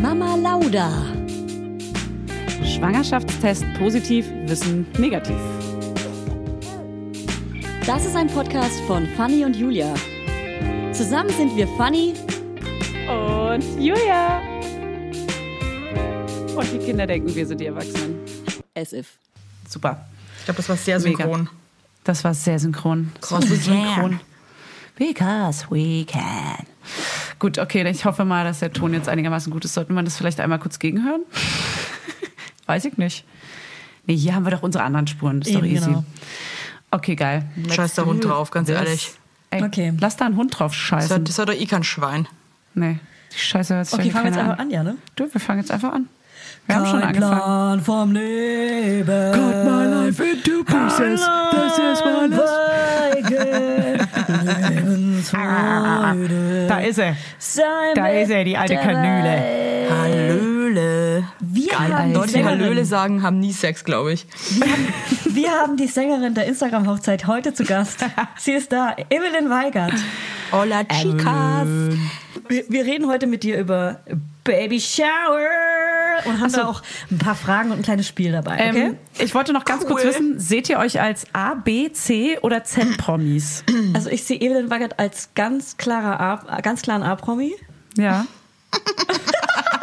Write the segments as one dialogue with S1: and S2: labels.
S1: Mama Lauda.
S2: Schwangerschaftstest positiv, Wissen negativ.
S1: Das ist ein Podcast von Fanny und Julia. Zusammen sind wir Fanny
S2: Und Julia! Und die Kinder denken, wir sind die Erwachsenen.
S1: as if.
S2: Super.
S3: Ich glaube, das war sehr
S2: Mega.
S3: synchron.
S2: Das war sehr synchron.
S3: Cross we can.
S2: Because we can. Gut, okay, ich hoffe mal, dass der Ton jetzt einigermaßen gut ist. Sollten wir das vielleicht einmal kurz gegenhören? Weiß ich nicht. Nee, hier haben wir doch unsere anderen Spuren. Das ist doch
S3: Eben,
S2: easy.
S3: genau.
S2: Okay, geil.
S3: Scheiß der
S2: Let's
S3: Hund
S2: do
S3: drauf, ganz
S2: this.
S3: ehrlich.
S2: Ey,
S4: Okay.
S2: Lass da einen Hund drauf
S3: Das war,
S2: scheißen.
S3: das war doch eh kein Schwein.
S2: Nee, die Scheiße hört sich
S4: Okay,
S2: ja
S4: fangen wir jetzt
S2: keiner
S4: einfach an, ja, ne?
S2: Du, wir fangen jetzt einfach an. Wir haben schon
S4: Kein
S2: angefangen.
S4: Plan vom Leben.
S2: Cut my life into pieces. This is my life.
S4: Weigen, Lebensfreude.
S2: Da ist er.
S4: Sei
S2: Da
S4: mit
S2: ist er, die alte
S4: dabei.
S2: Kanüle.
S1: Äh.
S3: Hallöle.
S4: Wir haben, die
S3: Leute, die Hallöle
S4: Sängerin,
S3: sagen, haben nie Sex, glaube ich.
S4: wir haben die Sängerin der Instagram-Hochzeit heute zu Gast. Sie ist da, Evelyn Weigert. Ähm.
S3: Hola, Chicas.
S4: Wir, wir reden heute mit dir über Baby Shower und haben da auch ein paar Fragen und ein kleines Spiel dabei, okay?
S2: Ähm, ich wollte noch ganz kurz
S3: Cool.
S2: wissen, seht ihr euch als A, B, C oder Z-Promis?
S4: Also ich sehe Evelyn Weigert als ganz klarer A, ganz klaren A-Promi.
S2: Ja.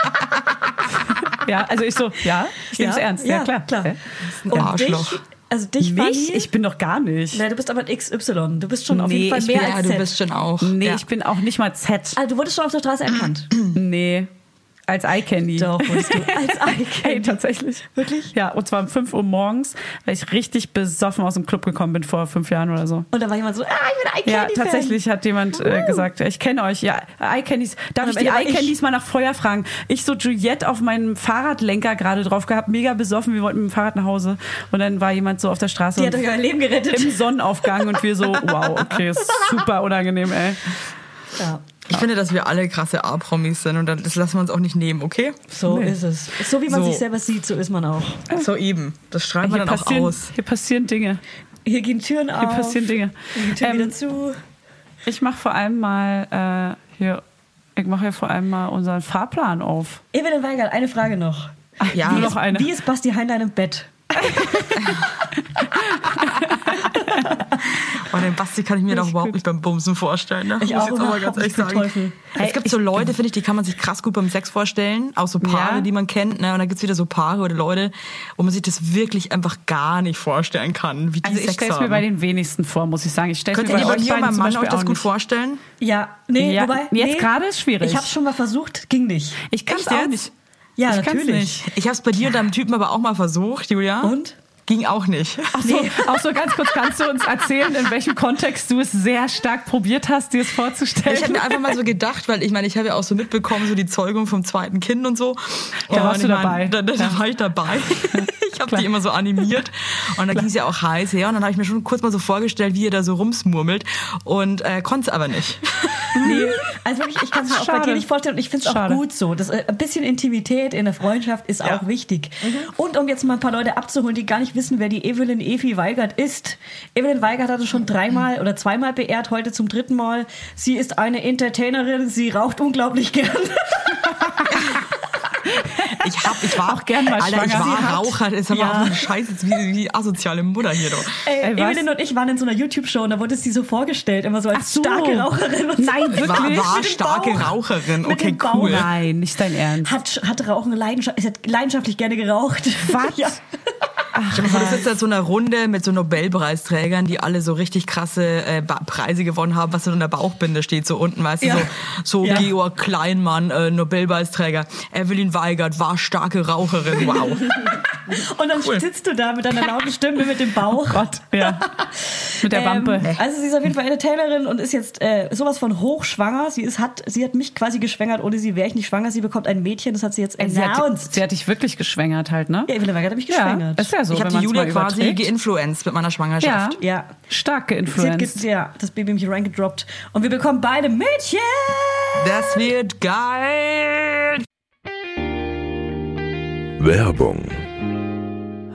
S2: ja, also ich so, ja, ich nehme es ernst. Ja, klar. Ja.
S3: ein
S4: Und
S3: Oh, Arschloch.
S4: dich, also dich
S2: Mich?
S4: Fanny,
S2: Ich bin doch gar nicht.
S4: na, du bist aber ein XY. Du bist schon auf
S2: Nee,
S4: jeden Fall
S2: ich
S4: mehr
S2: bin-
S4: als
S3: Ja, du
S4: Z.
S3: bist schon auch.
S2: Nee,
S3: ja.
S2: ich bin auch nicht mal Z.
S4: also, du wurdest schon auf der Straße erkannt.
S2: Nee. Als Eye Candy.
S4: Doch, wurdest du als Eye-Candy.
S2: Ey, tatsächlich.
S4: Wirklich?
S2: Ja, und zwar um 5 Uhr morgens, weil ich richtig besoffen aus dem Club gekommen bin vor fünf Jahren oder so.
S4: Und da war jemand so, ah, ich bin ein
S2: Ja,
S4: Eye-Candy-Fan.
S2: tatsächlich hat jemand äh, gesagt, ich kenne euch. Ja, Eye Candies. Darf
S4: Und
S2: ich
S4: am
S2: die
S4: Ende war
S2: Eye
S4: ich-
S2: Candies mal nach Feuer fragen? Ich so Juliette auf meinem Fahrradlenker gerade drauf gehabt, mega besoffen. Wir wollten mit dem Fahrrad nach Hause. Und dann war jemand so auf der Straße
S4: Die hat
S2: und
S4: euch euer Leben gerettet.
S2: im Sonnenaufgang und wir so, wow, okay, ist super unangenehm, ey.
S4: Ja,
S3: ich finde, dass wir alle krasse A-Promis sind und dann- das lassen wir uns auch nicht nehmen, okay?
S4: so ist es. So wie man
S3: So.
S4: sich selber sieht, so ist man auch.
S3: So eben. Das schreiben wir
S2: Hier
S3: dann auch
S2: passieren,
S3: aus.
S2: hier passieren Dinge.
S4: Hier gehen Türen auf.
S2: Hier passieren Dinge.
S4: hier gehen Türen
S2: Ähm,
S4: wieder zu.
S2: Ich mache vor allem mal äh, hier, ich mache ja vor allem mal unseren Fahrplan auf.
S4: Evelyn Weigert, eine Frage noch.
S3: Ja,
S2: Nur
S3: wie
S2: noch eine.
S4: Wie ist Basti Heinlein im Bett?
S3: Oh, den Basti kann ich mir doch überhaupt nicht beim Bumsen vorstellen. Ne?
S4: Ich
S3: Muss
S4: auch
S3: jetzt aber
S4: überhaupt
S3: ganz ehrlich
S4: nicht
S3: sagen.
S4: verteufeln.
S3: Es gibt so Leute, finde ich, die kann man sich krass gut beim Sex vorstellen. Auch so Paare,
S2: Ja.
S3: die man kennt. Ne? Und dann gibt es wieder so Paare oder Leute, wo man sich das wirklich einfach gar nicht vorstellen kann, wie die
S2: Also ich
S3: Sex
S2: stelle es
S3: haben.
S2: mir bei den wenigsten vor, muss ich sagen. Ich stelle
S3: Könnt
S2: mir
S3: ihr
S2: bei
S3: bei
S2: euch
S3: mir und
S2: beiden
S3: meinem
S2: zum
S3: Mann
S2: Beispiel
S3: euch das
S2: auch
S3: gut
S2: nicht.
S3: vorstellen?
S4: Ja, nee,
S2: Ja,
S4: wobei.
S2: jetzt
S4: nee,
S2: gerade ist schwierig.
S4: Ich habe schon mal versucht, ging nicht.
S2: Ich kann es
S3: Echt
S2: auch
S3: jetzt?
S2: nicht.
S4: Ja,
S2: ich kann's
S4: natürlich.
S3: Ich habe es bei dir und deinem Typen aber auch mal versucht, Julia.
S4: Und?
S3: Ging auch nicht.
S2: Ach so, auch so ganz kurz, kannst du uns erzählen, in welchem Kontext du es sehr stark probiert hast, dir es vorzustellen?
S3: Ich habe mir einfach mal so gedacht, weil ich meine, ich habe ja auch so mitbekommen, so die Zeugung vom zweiten Kind und so.
S2: Da
S3: und
S2: warst du
S3: ich meine,
S2: dabei.
S3: Da, da, da war ich dabei. Ich habe die immer so animiert und dann ging es ja auch heiß her und dann habe ich mir schon kurz mal so vorgestellt, wie ihr da so rumsmurmelt und äh, konnte es aber nicht.
S4: Nee, also wirklich, ich kann es mir auch bei
S2: Schade.
S4: dir nicht vorstellen und ich finde es auch
S2: Schade.
S4: gut so. Das, äh, ein bisschen Intimität in der Freundschaft ist auch wichtig.
S2: Mhm.
S4: Und um jetzt mal ein paar Leute abzuholen, die gar nicht wissen, wer die Evelyn Evi Weigert ist. Evelyn Weigert hatte schon dreimal oder zweimal beehrt, heute zum dritten Mal. Sie ist eine Entertainerin, sie raucht unglaublich gern.
S3: Ich hab, ich war
S2: Auch gern mal
S3: Alter, ich
S2: schwanger. Sie
S3: war
S2: hat-
S3: Raucher. Das ist aber
S4: Ja.
S3: auch ein Scheiß, jetzt wie, wie asoziale Mutter hier doch.
S4: Ey,
S2: Ey, was?
S4: Evelyn und ich waren in so einer YouTube-Show und da wurde sie so vorgestellt, immer so als starke Raucherin. Und
S2: Nein,
S4: so.
S2: wirklich?
S3: War, war
S4: Mit dem
S3: starke
S4: Bauch.
S3: Raucherin.
S4: Mit
S3: Okay,
S4: dem Bauch.
S3: cool.
S2: Nein, nicht dein Ernst.
S4: Hat, hat Rauchen leidenschaftlich, hat leidenschaftlich gerne geraucht.
S2: Was?
S4: Ja.
S3: Ich hab mir vor, du sitzt da in so einer Runde mit so Nobelpreisträgern, die alle so richtig krasse äh, Ba- Preise gewonnen haben, was so in der Bauchbinde steht, so unten, weißt
S4: Ja.
S3: du, so, so
S4: Ja.
S3: Georg Kleinmann, äh, Nobelpreisträger, Evelyn Weigert war starke Raucherin, wow.
S4: Und dann sitzt du da mit deiner lauten Stimme, mit dem Bauch.
S2: Gott, ja. Mit der Wampe.
S4: Ähm, also sie ist auf jeden Fall eine Tailorin und ist jetzt äh, sowas von hochschwanger. Sie ist, hat, sie hat mich quasi geschwängert, ohne sie wäre ich nicht schwanger. Sie bekommt ein Mädchen, das hat sie jetzt
S2: Äh, sie, hat,
S4: announced.
S2: sie hat dich wirklich geschwängert halt, ne?
S4: Ja, Evelyn Weigert hat mich
S2: Ja,
S4: geschwängert.
S2: ist ja so,
S3: ich habe
S2: wenn
S3: die
S2: man's
S3: Julia
S2: mal
S3: quasi
S2: überträgt.
S3: geinfluenced mit meiner
S2: Ja,
S3: Schwangerschaft.
S4: Ja.
S2: stark
S4: Sie hat
S2: geinfluenced.
S4: ge- ja, das Baby mich reingedroppt. Und wir bekommen beide Mädchen!
S3: Das wird geil!
S5: Werbung.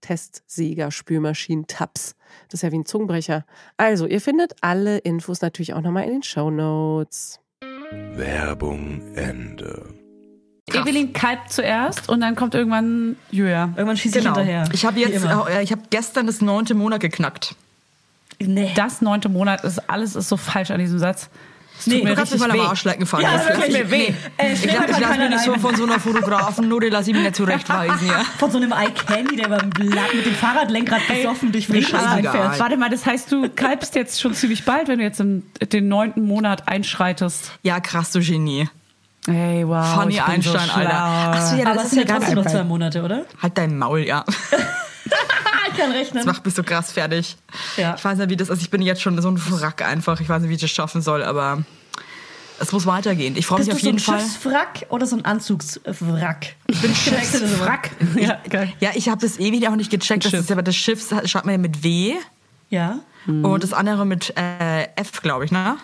S6: Testsieger, Spülmaschinen, Tabs. Das ist ja wie ein Zungenbrecher. Also, ihr findet alle Infos natürlich auch nochmal in den Show Notes.
S5: Werbung Ende.
S2: Evelyn kalbt zuerst und dann kommt irgendwann Julia.
S4: Irgendwann schieße
S3: Genau.
S4: ich hinterher.
S3: Ich habe jetzt,
S4: Wie immer.
S3: äh, ich habe gestern das neunte Monat geknackt.
S4: Nee.
S2: Das neunte Monat ist alles ist so falsch an diesem Satz. Es tut
S4: Nee,
S2: mir
S4: du
S3: Du kannst mich
S2: richtig
S3: mal am
S2: weh.
S3: Arsch lecken fahren.
S4: Ja,
S3: Das lass
S4: wirklich.
S3: ich- nee.
S4: Ey,
S3: Ich
S4: schnell
S3: lass- ich
S4: mal
S3: lasse mich
S4: keiner
S3: nicht so
S4: rein.
S3: von so einer Fotografen, nur die lasse ich mich nicht zurechtweisen. Ja.
S4: Von so einem Eye Candy, der beim Blatt mit dem Fahrradlenkrad besoffen durch München
S3: scheißegal.
S4: reinfährt.
S2: Ah, Warte mal, das heißt, du kalbst jetzt schon ziemlich bald, wenn du jetzt im, den neunten Monat einschreitest.
S3: ja, krass, du Genie.
S2: Hey, wow.
S3: Funny
S2: Oh, ich bin so
S3: Einstein, Alter.
S2: schlau.
S3: Ach so, ja,
S4: Aber es sind ja
S3: ganz
S4: trotzdem noch
S3: einfach.
S4: zwei Monate, oder?
S3: Halt dein Maul, ja.
S4: Ich kann rechnen.
S3: Das macht mich so krass fertig.
S4: Ja.
S3: Ich weiß nicht, wie das ist. Ich bin jetzt schon so ein Wrack einfach. Ich weiß nicht, wie ich das schaffen soll, aber es muss weitergehen. Ich freue
S4: Bist
S3: mich auf
S4: du so ein
S3: jeden Fall.
S4: Schiffswrack oder so ein Anzugswrack?
S3: Ich bin
S4: Schiffswrack.
S2: Ja, geil.
S3: Ja, ich habe das ewig auch nicht gecheckt. Das
S2: Schiff.
S3: ist aber das Schiff, schreibt man ja mit W
S4: Ja. Mhm.
S3: und das andere mit äh, F, glaube ich, ne?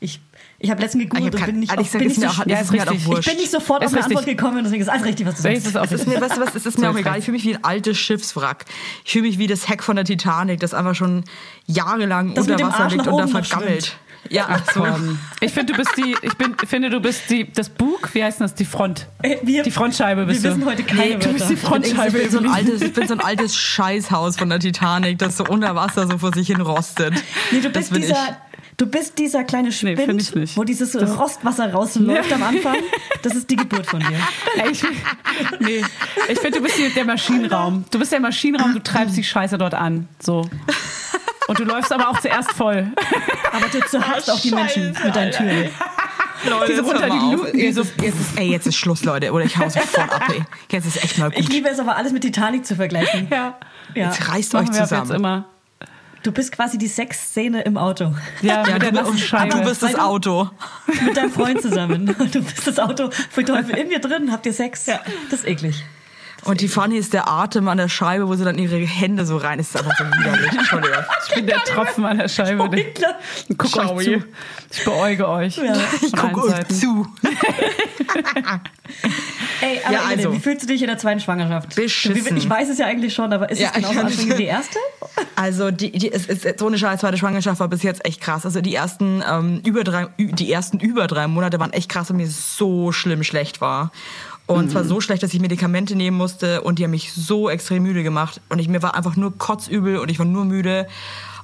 S4: Ich, ich habe letztens
S3: Ah, Ich hab
S4: gegoogelt und
S3: kein-
S4: bin nicht,
S3: ehrlich
S4: auf,
S3: gesagt,
S4: bin
S3: ist
S4: nicht so
S3: mir auch-
S4: sch-
S2: Ja,
S3: das
S2: ist
S3: ist mir
S2: richtig.
S3: halt auch
S4: ich bin
S3: wurscht.
S4: nicht sofort
S2: Ist
S4: auf eine
S2: richtig.
S4: Antwort gekommen, deswegen ist alles richtig, was du
S2: Das
S4: sagst.
S2: ist auch
S3: Es ist mir, weißt du was, es ist mir
S2: So
S3: auch
S2: ist
S3: egal.
S2: recht.
S3: Ich fühle mich wie ein altes Schiffswrack. Ich fühle mich wie das Heck von der Titanic, das einfach schon jahrelang
S4: Das mit
S3: unter
S4: dem
S3: Wasser
S4: Arsch
S3: liegt
S4: nach
S3: und da
S4: oben noch
S3: vergammelt.
S4: schwimmt.
S3: Ja, so.
S2: Ähm, Ich finde, du bist die, ich bin, finde, du bist die, das Bug, wie heißt denn das? Die Front.
S4: Äh, wir-
S2: die Frontscheibe bist
S4: wir
S2: du.
S4: wissen heute keine
S2: Du bist die
S4: Wörter.
S3: Ich
S2: Frontscheibe.
S3: bin, so ein
S2: Evelyn.
S3: altes, ich bin so ein altes Scheißhaus von der Titanic, das so unter Wasser so vor sich hin rostet.
S4: Nee, du
S3: Das
S4: bist
S3: bin ich.
S4: dieser. Du bist dieser kleine Spind,
S2: find ich nicht.
S4: wo dieses Rostwasser rausläuft am Anfang. Das ist die Geburt von dir.
S2: Ey, ich, nee. ich finde, du bist die- der Maschinenraum. Du bist der Maschinenraum, du treibst die Scheiße dort an. So. Und du läufst aber auch zuerst voll.
S4: Aber du zerhast auch die Menschen mit deinen Türen.
S3: Leute,
S2: Diese
S3: jetzt hör
S2: runter
S3: mal
S2: die
S3: auf.
S2: Luken, die
S3: Jetzt
S2: so-
S3: ist, jetzt ist, ey, jetzt ist Schluss, Leute. Oder ich hau sofort ab, ey. Jetzt ist echt mal
S4: Ich
S3: gut.
S4: liebe es aber, alles mit Titanic zu vergleichen.
S2: Ja.
S4: Ja.
S3: Jetzt reißt
S2: Machen
S3: euch
S2: wir ab jetzt
S3: zusammen.
S2: immer.
S4: Du bist quasi die Sexszene im Auto.
S2: Ja, mit der
S3: du,
S2: nassen Scheibe.
S3: du bist das
S4: Weil du-
S3: Auto.
S4: Mit deinem Freund zusammen. Du bist das Auto für Teufel in dir drin, habt ihr Sex. Das ist eklig.
S3: Und die Fanny ist der Atem an der Scheibe, wo sie dann ihre Hände so rein. Das ist einfach so widerlich. Entschuldigung.
S2: ich bin der Tropfen an der
S3: Oh,
S2: Scheibe.
S4: Hitler.
S2: Und guck euch
S3: Schaui.
S2: zu. Ich beäuge euch.
S4: Ja.
S3: Ich
S2: Von allen
S3: gucke euch
S2: Seiten.
S3: zu.
S4: Ey, aber
S3: Ja,
S4: Evelyn,
S3: also.
S4: wie fühlst du dich in der zweiten Schwangerschaft?
S3: Beschissen.
S4: Ich weiß es ja eigentlich schon, aber ist
S3: Ja,
S4: es genauso
S3: ich-
S4: anstrengend wie die erste?
S3: Also die, die es ist so eine Scheiß, zweite Schwangerschaft war bis jetzt echt krass. Also die ersten ähm, über drei, ü- die ersten über drei Monate waren echt krass, weil mir so schlimm schlecht war. Und zwar so schlecht, dass ich Medikamente nehmen musste und die haben mich so extrem müde gemacht und ich mir war einfach nur kotzübel und ich war nur müde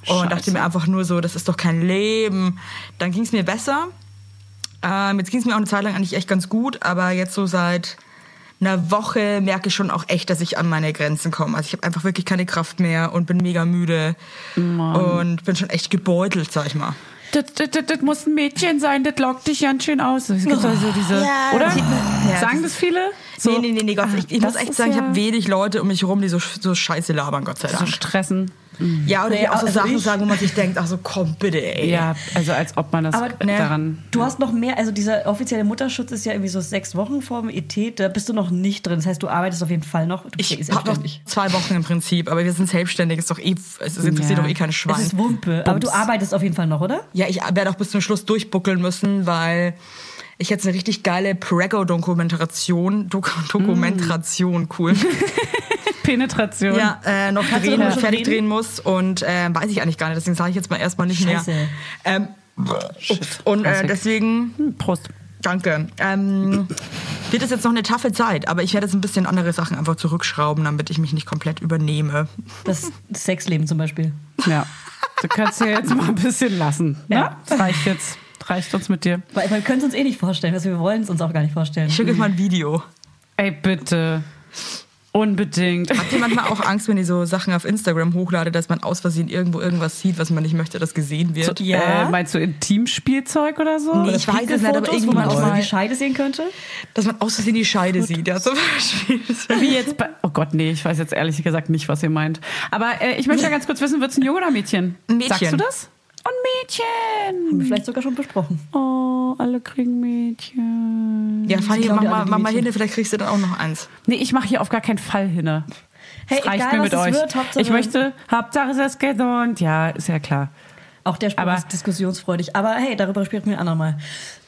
S3: und dachte mir einfach nur so, das ist doch kein Leben. Dann ging es mir besser. Ähm, jetzt ging es mir auch eine Zeit lang eigentlich echt ganz gut, aber jetzt so seit einer Woche merke ich schon auch echt, dass ich an meine Grenzen komme. Also ich habe einfach wirklich keine Kraft mehr und bin mega müde und bin schon echt gebeutelt, sag ich mal.
S2: Das, das, das, das muss ein Mädchen sein, das lockt dich ganz schön aus. Es gibt also diese,
S3: Ja,
S2: oder?
S3: das sieht man- ja,
S2: Sagen
S3: das-
S2: das viele? So,
S3: nee, nee, nee, nee, Gott, ich, ich
S2: das
S3: muss echt
S2: ist
S3: sagen, ich
S2: ja-
S3: habe wenig Leute um mich herum, die so, so scheiße labern, Gott sei
S2: so
S3: Dank.
S2: stressen.
S3: ja, oder die
S4: Ja,
S3: auch so
S4: also
S3: Sachen
S4: ich-
S3: sagen, wo man sich denkt, ach so, komm bitte, ey.
S2: Ja, also als ob man das
S4: Aber
S3: ne.
S2: daran.
S4: Du hast noch mehr, also dieser offizielle Mutterschutz ist ja irgendwie so sechs Wochen vor dem ET, da bist du noch nicht drin. Das heißt, du arbeitest auf jeden Fall noch. Du bist ja eh
S3: Ich habe noch
S4: selbstständig.
S3: zwei Wochen im Prinzip, aber wir sind selbstständig, ist doch eh, es interessiert
S2: Ja.
S3: doch eh kein Schwein.
S4: Es ist Wumpe, aber du arbeitest auf jeden Fall noch, oder?
S3: Ja, ich werde auch bis zum Schluss durchbuckeln müssen, weil ich jetzt eine richtig geile Prego-Dokumentation, Dok Dokumentation, cool,
S2: Penetration.
S3: ja, äh, noch
S4: Kannst du
S3: drehen,
S4: darüber schon
S3: fertig
S4: reden?
S3: drehen muss und äh, weiß ich eigentlich gar nicht, deswegen sage ich jetzt mal erstmal nicht
S4: Scheiße.
S3: mehr. Ähm, ups. und äh,
S2: Klassik.
S3: deswegen,
S2: Hm, Prost.
S3: danke. Ähm, wird es jetzt noch eine taffe Zeit, aber ich werde jetzt ein bisschen andere Sachen einfach zurückschrauben, damit ich mich nicht komplett übernehme.
S4: Das Sexleben zum Beispiel.
S2: Ja. Du kannst ja jetzt mal ein bisschen lassen. Ne?
S4: Ja.
S2: Das reicht jetzt. Das reicht uns mit dir.
S4: Weil wir können es uns eh nicht vorstellen, also wir wollen es uns auch gar nicht vorstellen.
S3: Ich schicke euch mal ein Video.
S2: Ey, bitte. Unbedingt.
S3: Habt ihr manchmal auch Angst, wenn ihr so Sachen auf Instagram hochladet, dass man aus Versehen irgendwo irgendwas sieht, was man nicht möchte, dass gesehen wird? Ähm,
S4: Ja.
S2: Äh, meinst du Intimspielzeug oder so?
S3: Nee, ich weiß es nicht, aber
S4: Pinkelfotos,
S3: irgendwo
S4: wo man
S3: manchmal-
S4: auch mal die Scheide sehen könnte.
S3: Dass man aus Versehen die Scheide sieht, ja, zum Beispiel.
S2: Wie jetzt bei. Oh Gott, nee, ich weiß jetzt ehrlich gesagt nicht, was ihr meint. Aber äh, ich möchte ja ganz kurz wissen, wird es ein Junge oder ein Mädchen?
S3: Ein Mädchen.
S2: Sagst du das? Ein Mädchen.
S4: Haben wir vielleicht sogar schon besprochen.
S2: Oh, alle kriegen Mädchen.
S3: Ja, Fanny,
S4: glauben
S3: mach
S4: ja
S3: mal,
S4: alle, die
S3: mach mal
S4: Mädchen.
S3: hin, vielleicht kriegst du dann auch noch eins.
S2: Nee, ich mache hier auf gar keinen Fall hinne.
S4: Hey,
S2: das reicht
S4: egal,
S2: mir
S4: was
S2: mit
S4: es
S2: euch.
S4: wird, Hauptsache-
S2: ich möchte, Hauptsache es ist gesund. Ja, ist ja klar.
S4: Auch der Spruch
S2: Aber-
S4: ist diskussionsfreudig. Aber hey, darüber sprechen wir ein andermal.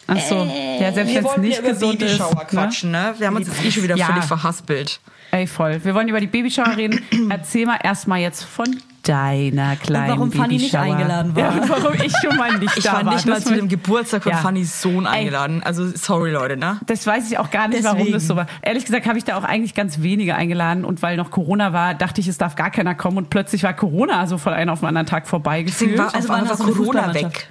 S2: Ach so,
S4: Äh,
S2: ja, selbst wenn es nicht gesund ist.
S3: quatschen, ne? Wir haben uns jetzt eh schon wieder
S2: Ja.
S3: völlig verhaspelt.
S2: Ey, voll. Wir wollen über die Babyshower reden. Erzähl mal erstmal jetzt von deiner kleinen
S4: warum Fanny nicht
S2: Babyshower.
S4: eingeladen war.
S2: Ja, und warum ich schon mal nicht
S3: Ich
S2: da
S3: war nicht mal
S2: Das
S3: zu
S2: will-
S3: dem Geburtstag von
S2: Ja.
S3: Fannys Sohn
S2: Ey,
S3: eingeladen. Also, sorry, Leute, ne?
S2: Das weiß ich auch gar nicht, warum
S4: Deswegen.
S2: das so war. Ehrlich gesagt habe ich da auch eigentlich ganz wenige eingeladen und weil noch Corona war, dachte ich, es darf gar keiner kommen und plötzlich war Corona so von einem auf den anderen Tag vorbei
S3: Deswegen
S2: gefühlt.
S3: war,
S4: Also
S3: auf einmal war
S4: war das so eine
S3: Corona
S4: Fußballmannschaft.
S3: weg.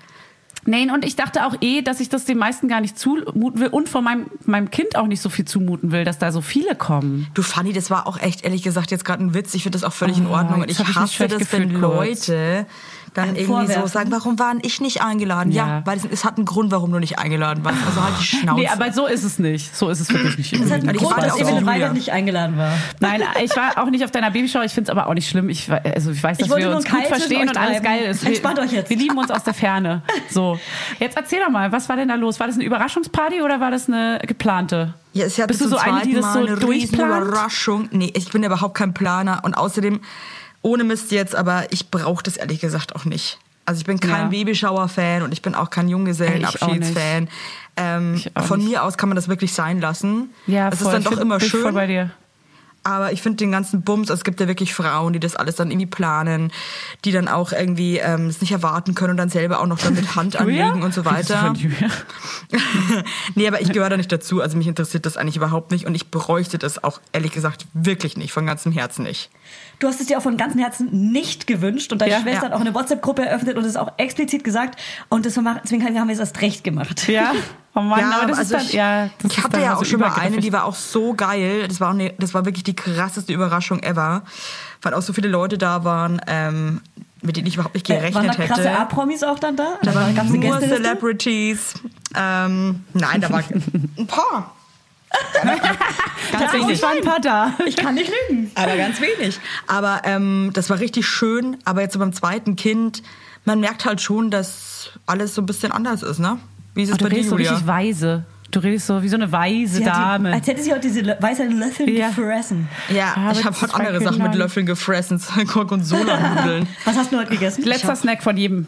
S2: Nein, und ich dachte auch eh, dass ich das den meisten gar nicht zumuten will und von meinem, meinem Kind auch nicht so viel zumuten will, dass da so viele kommen.
S3: Du, Fanny, das war auch echt, ehrlich gesagt, jetzt gerade ein Witz. Ich finde das auch völlig in
S2: Ah,
S3: Ordnung. Und
S2: jetzt
S3: ich
S2: hab ich mich
S3: hasse
S2: schlecht
S3: das, wenn
S2: gefühlt kurz.
S3: Leute dann irgendwie so
S4: vorwerfen.
S3: sagen, warum waren ich nicht eingeladen? Ja,
S2: Ja.
S3: weil es, es hat einen Grund, warum du nicht eingeladen warst. Also halt die Schnauze.
S2: Nee, aber so ist es nicht. So ist es wirklich nicht.
S4: Das hat einen
S3: Ich
S4: Grund,
S3: war
S4: dass
S3: auch
S4: Evelyn
S3: Julia.
S4: Weigert nicht eingeladen war.
S2: Nein, ich war auch nicht auf deiner Babyshow. Ich finde es aber auch nicht schlimm. Ich, war- also ich weiß,
S4: Ich
S2: dass
S4: wollte
S2: wir
S4: nur
S2: uns
S4: ein
S2: gut
S4: Keil zwischen
S2: verstehen
S4: euch
S2: und alles
S4: treiben.
S2: geil ist. Wir-
S4: Entspannt euch jetzt.
S2: Wir lieben uns aus der Ferne. So, jetzt erzähl doch mal, was war denn da los? War das eine Überraschungsparty oder war das eine geplante?
S3: Ja, es hat
S2: Bist du
S3: zum
S2: so eine,
S3: zweiten
S2: die das
S3: Mal
S2: so
S3: eine riesen
S2: durchplant?
S3: Überraschung. Nee, ich bin ja überhaupt kein Planer und außerdem ohne Mist jetzt, aber ich brauche das ehrlich gesagt auch nicht. Also ich bin kein
S2: Ja.
S3: Babyschauer-Fan und ich bin auch kein Junggesellenabschiedsfan. Ähm,
S2: Ich auch
S3: von
S2: nicht.
S3: mir aus kann man das wirklich sein lassen.
S2: Ja,
S3: es
S2: voll.
S3: ist dann
S2: Ich
S3: doch
S2: find-
S3: immer
S2: bin ich Voll bei
S3: schön,
S2: dir.
S3: aber ich finde den ganzen Bums, also es gibt ja wirklich Frauen, die das alles dann irgendwie planen, die dann auch irgendwie ähm, es nicht erwarten können und dann selber auch noch dann mit Hand
S2: Julia?
S3: anlegen und so
S2: Redest du
S3: weiter.
S2: von Julia?
S3: nee, aber ich gehöre da nicht dazu. Also mich interessiert das eigentlich überhaupt nicht und ich bräuchte das auch ehrlich gesagt wirklich nicht, von ganzem Herzen nicht.
S4: Du hast es dir auch von ganzem Herzen nicht gewünscht und deine
S2: Ja.
S4: Schwester
S3: Ja.
S4: hat auch eine WhatsApp-Gruppe eröffnet und es auch explizit gesagt. Und das haben wir- deswegen haben wir es erst recht gemacht. Äh,
S2: Ja, oh Mann,
S3: ja,
S2: aber das
S3: also
S2: ist dann,
S3: ich,
S2: ja, das
S3: ich
S2: ist
S3: hatte
S2: dann
S3: ja
S2: was
S3: auch schon mal eine,
S2: übergriffig.
S3: die war auch so geil. Das war, auch ne, das war wirklich die krasseste Überraschung ever, weil auch so viele Leute da waren, ähm, mit denen ich überhaupt nicht
S4: Äh, waren da
S3: gerechnet
S4: krasse
S3: hätte.
S4: A-Promis auch dann da?
S3: Da
S4: eine
S3: waren
S4: ganze
S3: nur
S4: Gästeliste?
S3: Celebrities. Ähm, nein, da waren ein paar.
S2: ganz wenig. waren ein paar da.
S4: Ich kann nicht lügen.
S3: Aber ganz wenig. Aber ähm, das war richtig schön. Aber jetzt so beim zweiten Kind, man merkt halt schon, dass alles so ein bisschen anders ist, ne? Wie ist es
S2: Oh, du
S3: bei dir,
S2: redest so
S3: Julia?
S2: richtig weise. Du redest so wie so eine weise
S4: Sie hat die-
S2: Dame.
S4: als hätte sie heute diese Lö- weiße Löffel
S2: Ja.
S4: gefressen.
S3: ja,
S2: Aber
S3: ich habe
S2: das
S3: heute
S2: war
S3: andere Sachen mit
S2: Kindern.
S3: Löffeln gefressen, Kork und Sola-Nudeln.
S4: Was hast du heute gegessen?
S2: Letzter Snack von jedem.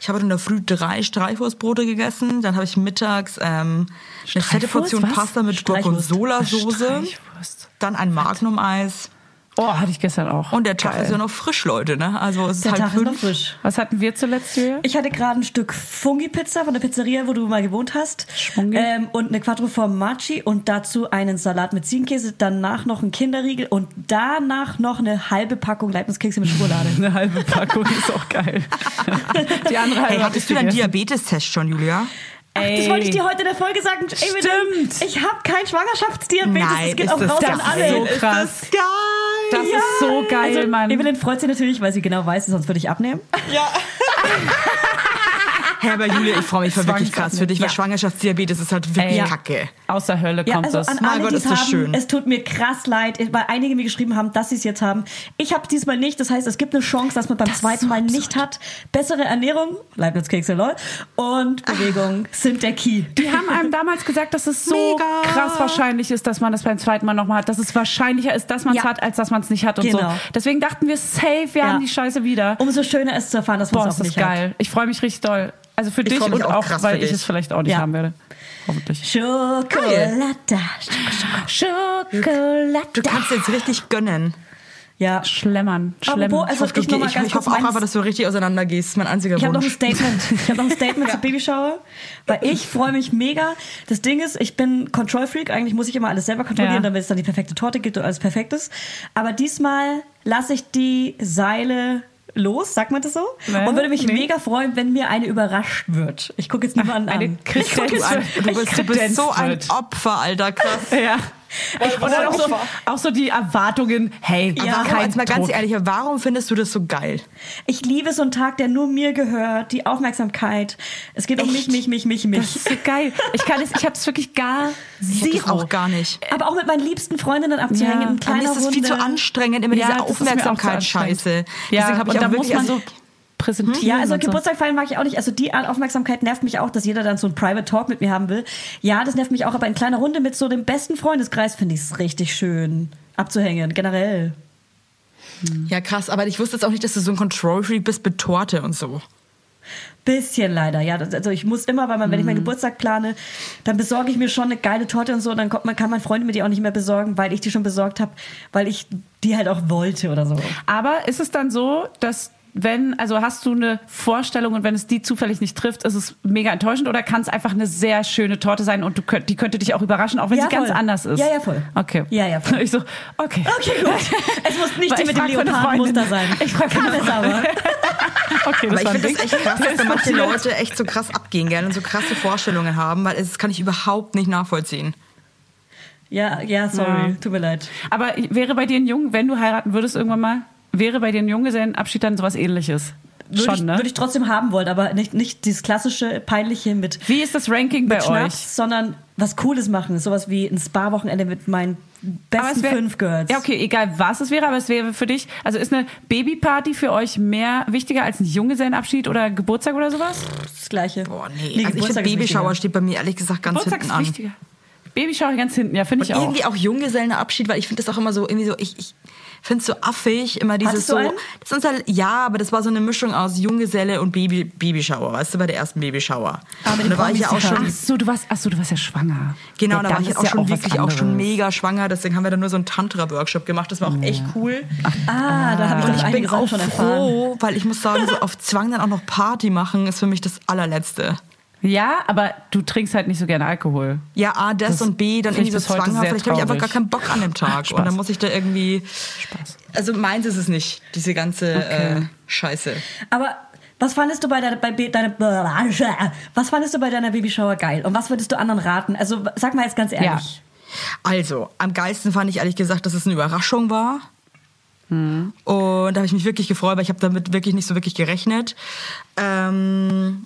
S3: ich habe heute in der Früh drei Streichwurstbrote gegessen. Dann habe ich mittags ähm, eine fette
S2: Streichwurst?
S3: Portion
S2: Was?
S3: Pasta mit
S4: Streichwurst.
S3: Gorgonzola-Soße.
S2: Streichwurst.
S3: Dann ein Magnum-Eis.
S2: Oh, hatte ich gestern auch.
S3: Und der Tag
S2: Geil.
S3: ist ja noch frisch, Leute, ne? Also es ist
S4: Der
S3: halt
S4: Tag ist noch
S3: fünf.
S4: frisch.
S2: Was hatten wir zuletzt, Julia?
S4: Ich hatte gerade ein Stück Fungi-Pizza von der Pizzeria, wo du mal gewohnt hast.
S2: Schwungi.
S4: Ähm, und eine Quattro Formaggi und dazu einen Salat mit Ziegenkäse, danach noch ein Kinderriegel und danach noch eine halbe Packung Leibniz-Kekse mit Schokolade.
S2: Eine halbe Packung ist auch geil. Die andere halbe
S3: Hey,
S2: hab
S3: hattest
S2: ich
S3: du deinen
S2: gegessen.
S3: Diabetes-Test schon, Julia?
S4: Ach, das
S2: Ey.
S4: wollte ich dir heute in der Folge sagen. Evelyn,
S2: Stimmt.
S4: Ich habe kein Schwangerschaftsdiabetes.
S3: Nein,
S4: es geht
S3: ist
S4: auch
S3: das
S4: genau raus an
S3: geil.
S4: alle.
S2: So krass.
S3: Geil!
S2: Das ist so geil,
S4: also,
S2: Mann.
S4: Evelyn freut sich natürlich, weil sie genau weiß, sonst würde ich abnehmen.
S3: Hä, aber Julia, ich freue mich voll wirklich krass für dich, weil
S4: Ja.
S3: Schwangerschaftsdiabetes ist halt wirklich
S2: Ey.
S3: kacke.
S2: Aus der Hölle
S4: Ja,
S2: kommt
S4: also
S2: das.
S4: an
S3: Mein
S4: alle,
S3: Gott,
S4: die es
S3: ist das
S4: haben,
S3: schön.
S4: es tut mir krass leid, weil einige mir geschrieben haben, dass sie es jetzt haben. Ich habe diesmal nicht, das heißt, es gibt eine Chance, dass man beim zweiten Mal nicht hat. Bessere Ernährung, Leibniz-Kekse, lol, und Bewegung sind der Key.
S2: Die haben einem damals gesagt, dass es so
S3: Mega.
S2: krass wahrscheinlich ist, dass man das beim zweiten Mal nochmal hat. Dass es wahrscheinlicher ist, dass man es
S4: Ja.
S2: hat, als dass man es nicht hat und
S4: Genau.
S2: so. Deswegen dachten wir, safe, wir haben die Scheiße wieder.
S4: Umso schöner ist zu erfahren, dass man
S2: Boah,
S4: es
S2: ist
S4: auch
S2: das
S4: nicht hat.
S2: geil. Ich freue mich richtig doll. Also für dich
S3: freu mich
S2: und
S3: auch
S2: auch,
S3: krass
S2: weil
S3: für
S2: ich
S3: dich.
S2: es vielleicht auch nicht
S4: Ja.
S2: haben werde. Hoffentlich.
S4: Schokolade.
S3: Du
S4: Schokolade.
S3: kannst jetzt richtig gönnen.
S4: Ja,
S2: Schlämmern. Schlämmern.
S4: Apropos, also
S3: Ich,
S4: ich noch mal
S3: ich,
S4: ganz
S3: ich
S4: kurz
S3: hoffe auch
S4: meins.
S3: einfach, dass du richtig auseinander gehst. Mein einziger
S4: Ich habe noch ein
S3: Wunsch.
S4: Statement. Ich habe noch ein Statement zur Babyshower, weil ich freue mich mega. Das Ding ist, ich bin Control Freak. Eigentlich muss ich immer alles selber kontrollieren,
S2: Ja.
S4: damit es dann die perfekte Torte gibt und alles perfekt ist. Aber diesmal lasse ich die Seile los, sagt man das so?
S2: Ja,
S4: und würde mich
S2: nee.
S4: mega freuen, wenn mir eine überrascht wird. Ich gucke jetzt niemanden
S2: Eine
S4: an. Ich
S2: Christensen.
S4: guck jetzt,
S3: du, bist, du bist so ein
S2: kredenzt wird.
S3: Opfer, Alter, krass.
S2: ja. Und dann auch so, auch so die Erwartungen, hey,
S4: Ja.
S2: ja,
S3: Warum,
S2: kein
S3: jetzt mal ganz
S2: Druck.
S3: ehrlich, warum findest du das so geil?
S4: ich liebe so einen Tag, der nur mir gehört, die Aufmerksamkeit. Es geht um mich, mich, mich, mich, mich.
S2: Das ist so geil. Ich kann es, ich habe es wirklich gar
S3: Ich das
S2: zero.
S3: auch gar nicht.
S4: aber auch mit meinen liebsten Freundinnen abzuhängen
S2: Ja.
S4: in
S3: Dann
S4: kleiner
S3: ist das viel
S4: Runde.
S3: zu anstrengend, immer diese
S2: das ist mir auch zu
S3: Aufmerksamkeitsscheiße.
S2: anstrengend. Ja,
S3: Deswegen habe ich
S2: und
S3: auch
S2: dann
S3: wirklich,
S2: muss man
S3: also-
S2: so präsentieren.
S4: Ja, also
S2: und so.
S4: Geburtstag feiern mag ich auch nicht. Also die Art Aufmerksamkeit nervt mich auch, dass jeder dann so ein Private Talk mit mir haben will. Ja, das nervt mich auch, aber in kleiner Runde mit so dem besten Freundeskreis finde ich es richtig schön abzuhängen, generell.
S3: ja krass, aber ich wusste jetzt auch nicht, dass du so ein Control-Freak bist mit Torte und so.
S4: Bisschen leider, ja. Das- Also ich muss immer, weil man, wenn ich
S2: Mhm.
S4: meinen Geburtstag plane, dann besorge ich mir schon eine geile Torte und so. Dann kommt, man kann meine Freunde mir die auch nicht mehr besorgen, weil ich die schon besorgt habe, weil ich die halt auch wollte oder so.
S2: Aber ist es dann so, dass wenn, also hast du eine Vorstellung und wenn es die zufällig nicht trifft, ist es mega enttäuschend oder kann es einfach eine sehr schöne Torte sein und du könnt, die könnte dich auch überraschen, auch wenn
S4: Ja,
S2: sie ganz
S4: voll.
S2: anders ist?
S4: Ja, ja, voll.
S2: Okay.
S4: Ja, ja, voll.
S2: Ich so, okay.
S4: Okay, gut. Es muss nicht
S2: Weil
S4: die
S2: ich
S4: mit dem
S2: frag für eine
S4: Leopardenmuster sein.
S2: Freundin. Ich frag für
S4: kann
S2: eine
S4: es aber.
S2: okay das
S3: Aber ich
S2: war ein
S3: finde
S2: Ding.
S3: das echt krass, dass da manche Leute echt so krass abgehen gerne und so krasse Vorstellungen haben, weil das kann ich überhaupt nicht nachvollziehen.
S4: Ja, ja, sorry.
S2: Ja.
S4: Tut mir leid.
S2: Aber wäre bei dir ein Jung, wenn du heiraten würdest irgendwann mal, wäre bei dir ein Junggesellenabschied dann sowas ähnliches?
S4: Würde,
S2: Schon,
S4: ich,
S2: ne?
S4: würde ich trotzdem haben wollen, aber nicht, nicht dieses klassische peinliche mit
S2: Wie ist das Ranking bei euch?
S4: Schnaps, sondern was Cooles machen. Sowas wie ein Spa-Wochenende mit meinen besten
S2: wär-
S4: fünf Girls.
S2: Ja, okay, egal was es wäre, aber es wäre für dich, also ist eine Babyparty für euch mehr wichtiger als ein Junggesellenabschied oder Geburtstag oder sowas?
S4: Das Gleiche.
S3: Boah, nee. also
S4: Nee,
S3: ich finde,
S4: Geburtstag ist ne?
S3: Babyschauer
S4: wichtiger.
S3: steht bei mir ehrlich gesagt ganz
S2: Geburtstag
S3: hinten
S2: ist
S3: an.
S2: wichtiger. Babyschauer ganz hinten, ja, finde
S3: Und
S2: ich auch.
S3: irgendwie auch Junggesellenabschied, weil ich finde das auch immer so, irgendwie so, ich, ich finde es so affig, immer dieses
S4: Hattest du
S3: so.
S4: einen?
S3: Das ist unser, ja, aber das war so eine Mischung aus Junggeselle und Baby, Babyschauer, weißt du, bei der ersten Babyschauer.
S4: Ah, mit den
S3: Und da war ich
S4: Promis,
S3: ja auch
S4: die
S3: schon.
S2: Ach so, du warst, ach so, du warst ja schwanger.
S3: Genau,
S2: ja,
S3: da
S2: dann
S3: war
S2: ist
S3: ich jetzt auch
S2: ja was
S3: schon wirklich auch schon
S2: anderes.
S3: mega schwanger, deswegen haben wir da nur so einen Tantra-Workshop gemacht, das war auch echt cool.
S4: Ah, da habe ich
S3: Und
S4: doch
S3: ich bin
S4: einige
S3: auch
S4: Sachen schon erfahren.
S3: froh, weil ich muss sagen, so auf Zwang dann auch noch Party machen, ist für mich das allerletzte.
S2: Ja, aber du trinkst halt nicht so gerne Alkohol.
S3: Ja, A, das,
S2: Das
S3: und B, dann
S2: finde
S3: irgendwie
S2: ich
S3: so
S2: bis heute
S3: Zwang.
S2: sehr
S3: Vielleicht habe ich einfach
S2: traurig.
S3: gar keinen Bock an dem Tag.
S2: Spaß.
S3: Und dann muss ich da irgendwie.
S2: Spaß.
S3: Also meins ist es nicht, diese ganze äh, Scheiße.
S4: Aber was fandest du bei deiner, bei Be- deiner, was fandest du bei deiner Babyshower geil? Und was würdest du anderen raten? Also sag mal jetzt ganz ehrlich.
S3: Also, am geilsten fand ich ehrlich gesagt, dass es eine Überraschung war.
S2: Hm.
S3: Und da habe ich mich wirklich gefreut, weil ich habe damit wirklich nicht so wirklich gerechnet. Ähm,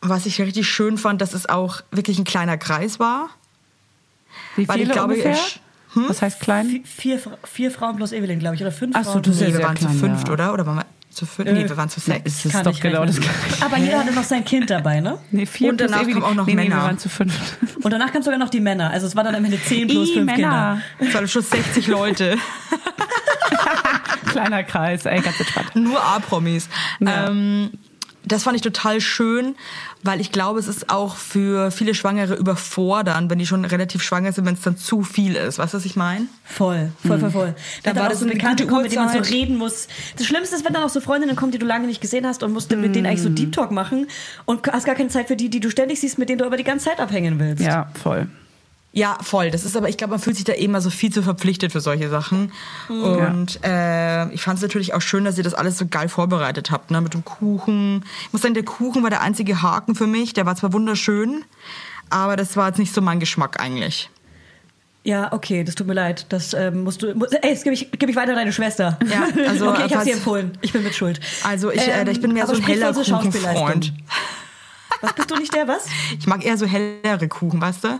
S3: was ich richtig schön fand, dass es auch wirklich ein kleiner Kreis war.
S2: Wie
S3: Weil ich
S2: viele
S3: glaube,
S2: ungefähr? Hm?
S3: ich-
S2: Was heißt klein?
S4: Vier- Vier, Fra- vier Frauen plus Evelyn, glaube ich, oder fünf
S2: Ach so,
S4: Frauen.
S2: du
S3: Nee,
S2: sehr,
S3: wir
S2: sehr
S3: waren zu
S2: klein,
S3: fünft,
S2: ja.
S3: oder? Oder waren wir zu fünft? Nee, wir waren zu sechs.
S2: Es ist doch
S4: nicht
S2: genau das
S4: rechnen.
S2: Gleiche.
S4: Aber jeder hatte noch sein Kind dabei, ne?
S2: Nee, vier
S3: Und
S2: plus
S3: danach
S2: irgendwie-
S3: kommen auch noch
S2: nee, Nee,
S3: Männer.
S2: wir waren zu fünf.
S4: Und danach kamen sogar noch die Männer. Also es war dann am Ende 10 plus
S2: Ih,
S4: 5 Kinder.
S2: Männer.
S3: Es waren schon 60 Leute.
S2: Kleiner Kreis, ey, ganz entspannt.
S3: Nur A-Promis.
S2: Ja.
S3: Ähm, das fand ich total schön, weil ich glaube, es ist auch für viele Schwangere überfordern, wenn die schon relativ schwanger sind, wenn es dann zu viel ist. Weißt du, was ich meine?
S4: Voll, voll, voll, voll.
S3: Hm. Da
S4: Dann
S3: war
S4: war auch
S3: das
S4: so
S3: eine
S4: Bekannte
S3: gute
S4: kommen, mit denen man so
S3: Uhrzeit.
S4: reden muss. Das Schlimmste ist, wenn dann auch so Freundinnen kommen, die du lange nicht gesehen hast und musst mit
S3: Hm.
S4: denen eigentlich so Deep Talk machen und hast gar keine Zeit für die, die du ständig siehst, mit denen du aber die ganze Zeit abhängen willst.
S2: Ja, voll.
S3: Ja, voll. Das ist aber, ich glaube, man fühlt sich da eh immer so viel zu verpflichtet für solche Sachen. Und äh, ich fand es natürlich auch schön, dass ihr das alles so geil vorbereitet habt, ne? Mit dem Kuchen. Ich muss sagen, der Kuchen war der einzige Haken für mich. Der war zwar wunderschön, aber das war jetzt nicht so mein Geschmack eigentlich.
S4: Ja, okay, das tut mir leid. Das ähm, musst du. Muss, ey, das gebe ich, geb ich weiter an deine Schwester.
S3: Ja, also,
S4: okay, ich habe sie
S3: was-
S4: empfohlen. Ich bin mit Schuld.
S3: Also ich,
S4: Ähm,
S3: äh, ich bin mehr
S4: aber
S3: so ein
S4: sprich für
S3: heller
S4: unsere Schauspielleistung.
S3: Kuchenfreund.
S4: Was bist du nicht der, was?
S3: Ich mag eher so hellere Kuchen, weißt du?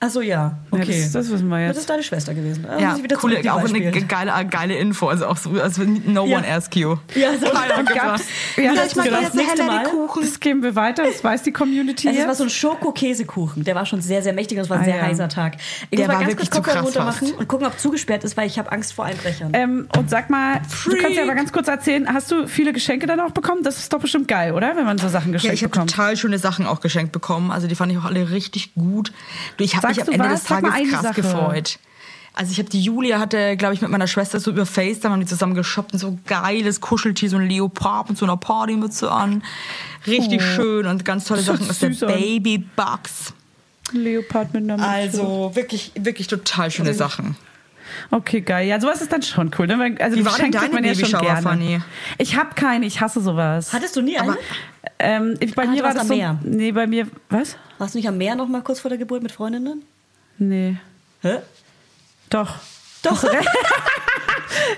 S4: Achso, ja. Okay.
S2: das- das wissen wir jetzt.
S4: Das ist deine Schwester gewesen. Ah,
S3: Ja,
S4: muss ich wieder
S3: coole,
S4: zurück, die
S3: auch
S4: Ball
S3: eine
S4: spielen.
S3: geile, geile Info. Also auch so, also no
S4: Ja.
S3: one asks you.
S4: Ja, so
S3: Keiner
S4: dann
S3: gefragt.
S4: gab's.
S2: Ja,
S3: Vielleicht
S2: das
S3: mag
S2: ist
S3: ich
S2: das
S3: jetzt eine
S4: nächste
S3: hellere
S4: Mal.
S3: Kuchen.
S2: Das geben wir weiter, das weiß die Community
S4: Es
S2: jetzt.
S4: war so ein Schoko-Käsekuchen. Der war schon sehr, sehr mächtig und es war ein
S2: Ah,
S4: sehr
S2: ja.
S4: heißer Tag. Ich
S3: Der
S4: muss mal
S3: war
S4: ganz
S3: wirklich
S4: kurz
S3: zu Äh,
S4: Kopfhörer
S3: krass
S4: runter machen
S3: fast.
S4: und gucken, ob zugesperrt ist, weil ich habe Angst vor Einbrechern.
S2: ähm, und sag mal, du kannst
S3: Freak.
S2: ja aber ganz kurz erzählen, hast du viele Geschenke dann auch bekommen? Das ist doch bestimmt geil, oder? Wenn man so Sachen
S3: Ja,
S2: geschenkt
S3: ich habe
S2: bekommt.
S3: total schöne Sachen auch geschenkt bekommen. Also die fand ich auch alle richtig gut. Du, ich habe
S2: Sagst
S3: mich am
S2: du
S3: Ende
S2: was?
S3: des
S2: Sag mal
S3: Tages
S2: eine
S3: krass
S2: Sache.
S3: gefreut. Also ich habe die Julia hatte, glaube ich, mit meiner Schwester so über FaceTime haben die zusammen geshoppt und so geiles Kuscheltier, so ein Leopard mit so einer Partymütze an. Richtig schön und ganz tolle
S2: Oh. Das
S3: Sachen aus der
S2: hört sich süß an.
S3: Babybox.
S2: Leopard mit einer Mütze.
S3: Also wirklich, wirklich total schöne
S2: Also,
S3: Sachen.
S2: Okay, geil. Ja, sowas ist dann schon cool. Ne? Wenn- Also
S3: Wie war denn
S2: geschenkt
S3: deine
S2: kriegt man ja schon
S3: Babyshower,
S2: gerne.
S3: Fanny?
S2: Ich habe keine, ich hasse sowas.
S4: Hattest du nie einen?
S3: Aber-
S2: ähm, ich, bei
S4: Ah,
S2: mir
S4: du
S2: war
S4: warst
S2: das
S4: am
S2: so,
S4: Meer.
S2: Nee, bei mir was?
S4: Warst du nicht am Meer noch mal kurz vor der Geburt mit Freundinnen?
S2: Nee.
S4: Hä?
S2: Doch. Doch.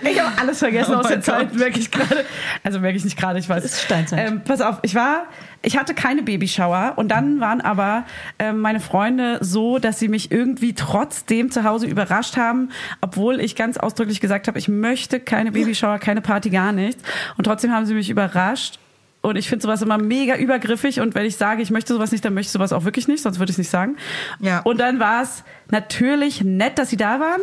S2: ich habe alles vergessen
S3: Oh
S2: aus der
S3: mein
S2: Zeit,
S3: Gott.
S2: merke ich gerade. Also merke ich nicht gerade, ich weiß.
S4: Das ist Steinzeit.
S2: Ähm, pass auf, ich war, ich hatte keine Babyshower und dann waren aber ähm, meine Freunde so, dass sie mich irgendwie trotzdem zu Hause überrascht haben, obwohl ich ganz ausdrücklich gesagt habe, ich möchte keine Babyshower, keine Party, gar nichts. Und trotzdem haben sie mich überrascht. Und ich finde sowas immer mega übergriffig. Und wenn ich sage, ich möchte sowas nicht, dann möchte ich sowas auch wirklich nicht, sonst würde ich es nicht sagen.
S3: Ja.
S2: Und dann war es natürlich nett, dass sie da waren.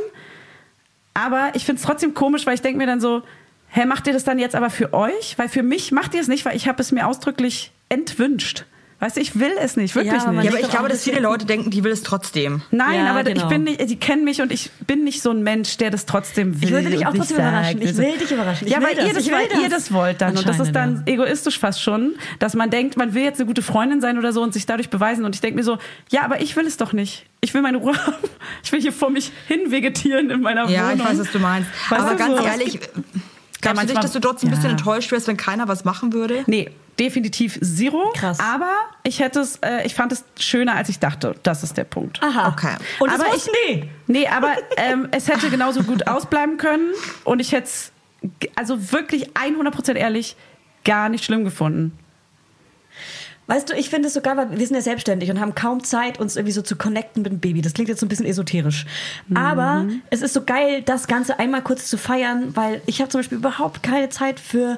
S2: Aber ich find's trotzdem komisch, weil ich denk mir dann so, hä, macht ihr das dann jetzt aber für euch? Weil für mich macht ihr es nicht, weil ich habe es mir ausdrücklich entwünscht. Weißt du, ich will es nicht, wirklich
S4: Ja, aber man
S2: nicht.
S3: Ja, aber
S4: liegt
S3: ich
S4: doch
S3: glaube,
S4: auch ein
S3: dass viele Leute denken, die will es trotzdem.
S2: Nein,
S4: Ja,
S2: aber
S4: genau.
S2: ich bin nicht, die kennen mich und ich bin nicht so ein Mensch, der das trotzdem will.
S4: Ich würde dich
S2: und
S4: auch trotzdem
S2: nicht
S4: überraschen.
S2: sagt.
S4: Ich will dich überraschen. Ich
S2: ja,
S4: will
S2: weil
S4: das.
S2: ihr das,
S4: Ich will
S2: weil
S4: das.
S2: ihr das wollt dann. Und das ist dann
S4: Anscheinend,
S2: egoistisch fast schon, dass man denkt, man will jetzt eine gute Freundin sein oder so und sich dadurch beweisen. Und ich denke mir so, ja, aber ich will es doch nicht. Ich will meine Ruhe haben. Ich will hier vor mich hin vegetieren in meiner
S3: Ja,
S2: Wohnung.
S3: ich weiß, was du meinst.
S2: Weißt
S3: aber
S2: du,
S3: ganz
S2: so-
S3: ehrlich, glaubst du
S2: manchmal-
S3: nicht, dass du trotzdem ein bisschen
S2: Ja.
S3: enttäuscht wärst, wenn keiner was machen würde?
S2: Nee, definitiv Zero.
S4: Krass.
S2: Aber ich hätte es, äh, ich fand es schöner, als ich dachte. Das ist der Punkt.
S4: Aha.
S3: Okay.
S4: Und
S2: Aber
S4: aber es wussten die.
S2: Nee, aber ähm, es hätte genauso gut ausbleiben können und ich hätte es, g- also wirklich 100% ehrlich, gar nicht schlimm gefunden.
S4: Weißt du, ich finde es so geil, weil wir sind ja selbstständig und haben kaum Zeit, uns irgendwie so zu connecten mit dem Baby. Das klingt jetzt so ein bisschen esoterisch.
S3: Mhm.
S4: Aber es ist so geil, das Ganze einmal kurz zu feiern, weil ich habe zum Beispiel überhaupt keine Zeit für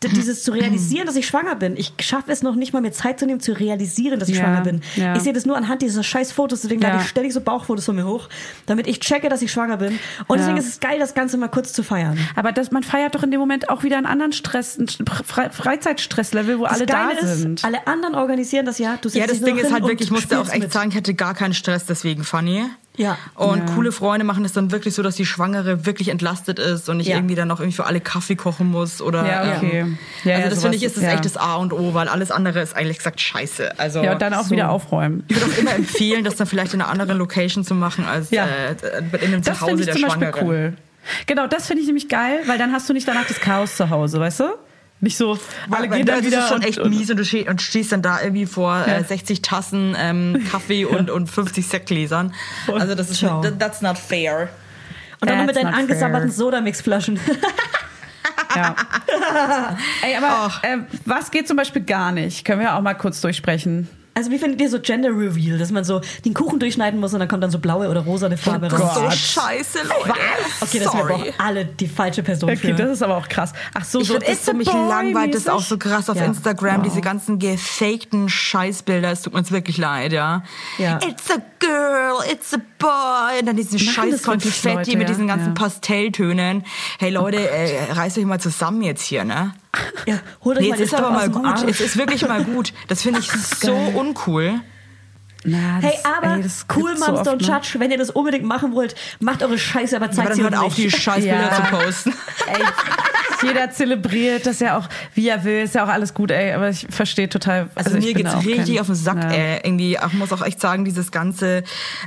S4: d- dieses zu realisieren, dass ich schwanger bin. Ich schaffe es noch nicht mal, mir Zeit zu nehmen, zu realisieren, dass ich
S2: Ja,
S4: schwanger bin.
S2: ja.
S4: Ich sehe das nur anhand dieser scheiß Fotos, deswegen lade
S2: Ja.
S4: ich ständig so Bauchfotos von mir hoch, damit ich checke, dass ich schwanger bin.
S2: Ja.
S4: Und deswegen ist es geil, das Ganze mal kurz zu feiern.
S2: Aber das, man feiert doch in dem Moment auch wieder einen anderen Stress, einen Fre- Fre Freizeitstresslevel, wo
S4: Das
S2: alle da
S4: Geile ist,
S2: sind.
S4: alle anderen organisieren das ja. Du setzt
S3: Ja,
S4: dich
S3: das
S4: nur
S3: Ding
S4: noch
S3: ist
S4: hin
S3: halt
S4: und
S3: wirklich, ich musste auch
S4: spielst
S3: echt
S4: mit.
S3: sagen, ich hatte gar keinen Stress deswegen, Fanny.
S4: Ja.
S3: Und coole Freunde machen es dann wirklich so, dass die Schwangere wirklich entlastet ist und nicht
S4: Ja.
S3: irgendwie dann auch irgendwie für alle Kaffee kochen muss oder.
S2: Ja, okay.
S3: Ähm,
S2: Ja,
S3: also
S2: ja,
S3: das
S2: sowas
S3: finde ich ist das
S2: ist- ja.
S3: echt das A und O, weil alles andere ist eigentlich gesagt Scheiße. Also
S2: ja, und dann auch
S3: so.
S2: wieder aufräumen.
S3: Ich würde auch immer empfehlen, das dann vielleicht in einer anderen Location zu machen als
S2: Ja.
S3: äh, in einem
S2: Das
S3: Zuhause
S2: finde ich
S3: der
S2: zum Beispiel
S3: Schwangeren.
S2: cool. Genau, das finde ich nämlich geil, weil dann hast du nicht danach das Chaos zu Hause, weißt du? Nicht so, alle
S3: Weil
S2: gehen
S3: das
S2: dann wieder
S3: ist schon
S2: und-
S3: echt
S2: und,
S3: mies und du steh- und stehst dann da irgendwie vor
S2: Ja.
S3: äh, 60 Tassen ähm, Kaffee und, und 50 Sektgläsern. Also das ist
S4: Ciao.
S3: that- that's not fair.
S4: Und dann noch mit
S2: That's
S4: deinen
S2: not
S4: angesabberten
S2: fair.
S4: Sodamix-Flaschen.
S2: Ja. Ey, aber
S3: Ach.
S2: äh, was geht zum Beispiel gar nicht? Können wir ja auch mal kurz durchsprechen.
S4: Also wie findet ihr so Gender Reveal, dass man so den Kuchen durchschneiden muss und dann kommt dann so blaue oder rosane Farbe
S3: Das ist
S4: raus?
S3: so
S2: Oh Gott.
S3: scheiße, Leute.
S4: Okay, das wäre
S3: Sorry.
S4: auch alle die falsche Person
S2: Okay,
S4: für.
S2: das ist aber auch krass. Ach so,
S3: Ich
S2: so
S3: finde es
S2: it's
S3: so
S2: a
S3: mich
S2: boy
S3: langweilt das
S2: mäßig.
S3: auch so krass auf
S4: Ja.
S3: Instagram, diese ganzen gefakten Scheißbilder. Es tut mir jetzt wirklich leid, ja.
S4: Ja.
S3: It's a girl, it's a boy. Und dann diesen scheiß
S2: das wirklich
S3: Konfetti
S2: Leute,
S3: mit
S2: ja?
S3: diesen ganzen
S2: Ja. Oh
S3: Pastelltönen. Hey Leute, äh, reißt euch mal zusammen jetzt hier, ne?
S4: ja, hol euch
S3: Nee, jetzt
S4: mal den
S3: ist aber
S4: Stock
S3: mal
S4: aus dem
S3: gut.
S4: Arsch.
S3: Es ist wirklich mal gut. Das finde ich so uncool.
S2: Na,
S4: Hey,
S2: das-
S4: aber
S2: ey, das
S4: cool,
S2: gibt's so
S4: Moms
S2: oft,
S4: Don't
S2: ne?
S4: Judge, wenn ihr das unbedingt machen wollt, macht eure Scheiße, aber
S3: Aber
S4: zeigt
S3: dann
S4: sie
S3: hört
S4: uns
S3: auf, die
S4: nicht.
S3: Scheißbilder
S2: Ja.
S3: zu posten.
S2: Ey, jeder zelebriert das ja auch, wie er will, ist ja auch alles gut, ey, aber ich verstehe total.
S3: Also,
S2: ich
S3: mir
S2: bin
S3: geht's
S2: da auch
S3: richtig
S2: kein-
S3: auf den Sack,
S2: Ja.
S3: ey. Irgendwie, ich muss auch echt sagen, dieses ganze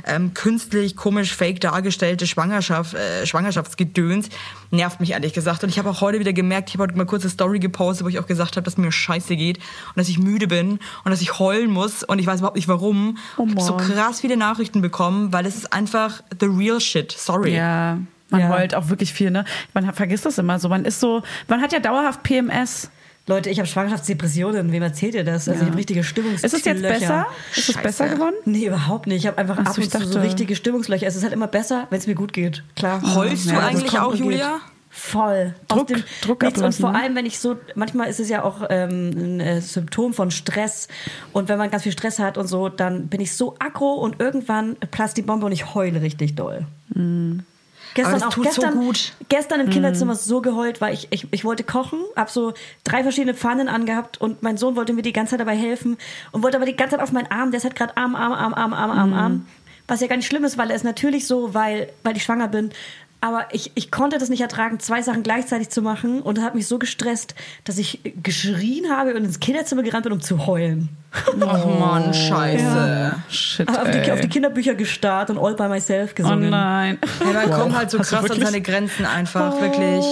S3: ähm, künstlich, komisch, fake dargestellte Schwangerschaft, äh, Schwangerschaftsgedöns nervt mich ehrlich gesagt. Und ich habe auch heute wieder gemerkt, ich habe heute mal kurze Story gepostet, wo ich auch gesagt habe, dass mir scheiße geht und dass ich müde bin und dass ich heulen muss und ich weiß überhaupt nicht warum. ich habe so krass viele Nachrichten bekommen, weil es ist einfach the real shit. Sorry.
S2: Ja, man
S4: Ja.
S2: heult auch wirklich viel, ne? Man hat- vergisst das immer so. Man ist so, man hat ja dauerhaft PMS.
S4: Leute, ich habe Schwangerschaftsdepressionen. Wem erzählt ihr das? Also ich habe richtige Stimmungslöcher.
S2: Ist es jetzt besser? Ist es
S3: Scheiße.
S2: besser geworden?
S4: Nee, überhaupt nicht. Ich habe einfach
S2: Ach so,
S4: ab und
S2: ich
S4: zu so
S2: dachte-
S4: richtige Stimmungslöcher. Es ist halt immer besser, wenn es mir gut geht. Klar.
S3: Heulst du
S4: Ja, das
S3: eigentlich
S4: kommt
S3: auch,
S4: und geht.
S3: Julia?
S4: Voll. Aus
S2: Druck-
S4: dem
S2: Druck
S4: nichts. Und
S2: ablassen,
S4: vor
S2: ne?
S4: allem, wenn ich so, manchmal ist es ja auch ähm, ein äh, Symptom von Stress. Und wenn man ganz viel Stress hat und so, dann bin ich so aggro und irgendwann platzt die Bombe und ich heule richtig doll. Gestern
S3: Aber das
S4: auch
S3: tut so
S4: gestern,
S3: gut. Mhm.
S4: gestern im Kinderzimmer so geheult, weil ich, ich, ich wollte kochen, hab so drei verschiedene Pfannen angehabt und mein Sohn wollte mir die ganze Zeit dabei helfen und wollte aber die ganze Zeit auf meinen Arm, der ist halt gerade Arm, Arm, Arm, Arm, Arm, Arm,
S3: Mhm.
S4: Arm. Was ja gar nicht schlimm ist, weil er ist natürlich so, weil, weil ich schwanger bin. Aber ich, ich konnte das nicht ertragen, zwei Sachen gleichzeitig zu machen und das hat mich so gestresst, dass ich geschrien habe und ins Kinderzimmer gerannt bin, um zu heulen.
S3: Ach man, scheiße.
S2: Shit.
S4: Auf
S2: ey.
S4: die, auf die Kinderbücher gestarrt und All by Myself
S2: oh
S4: gesungen.
S2: nein.
S3: Ja, man kommt halt so
S2: Hast du
S3: krass an
S2: wirklich-
S3: seine Grenzen einfach, wirklich.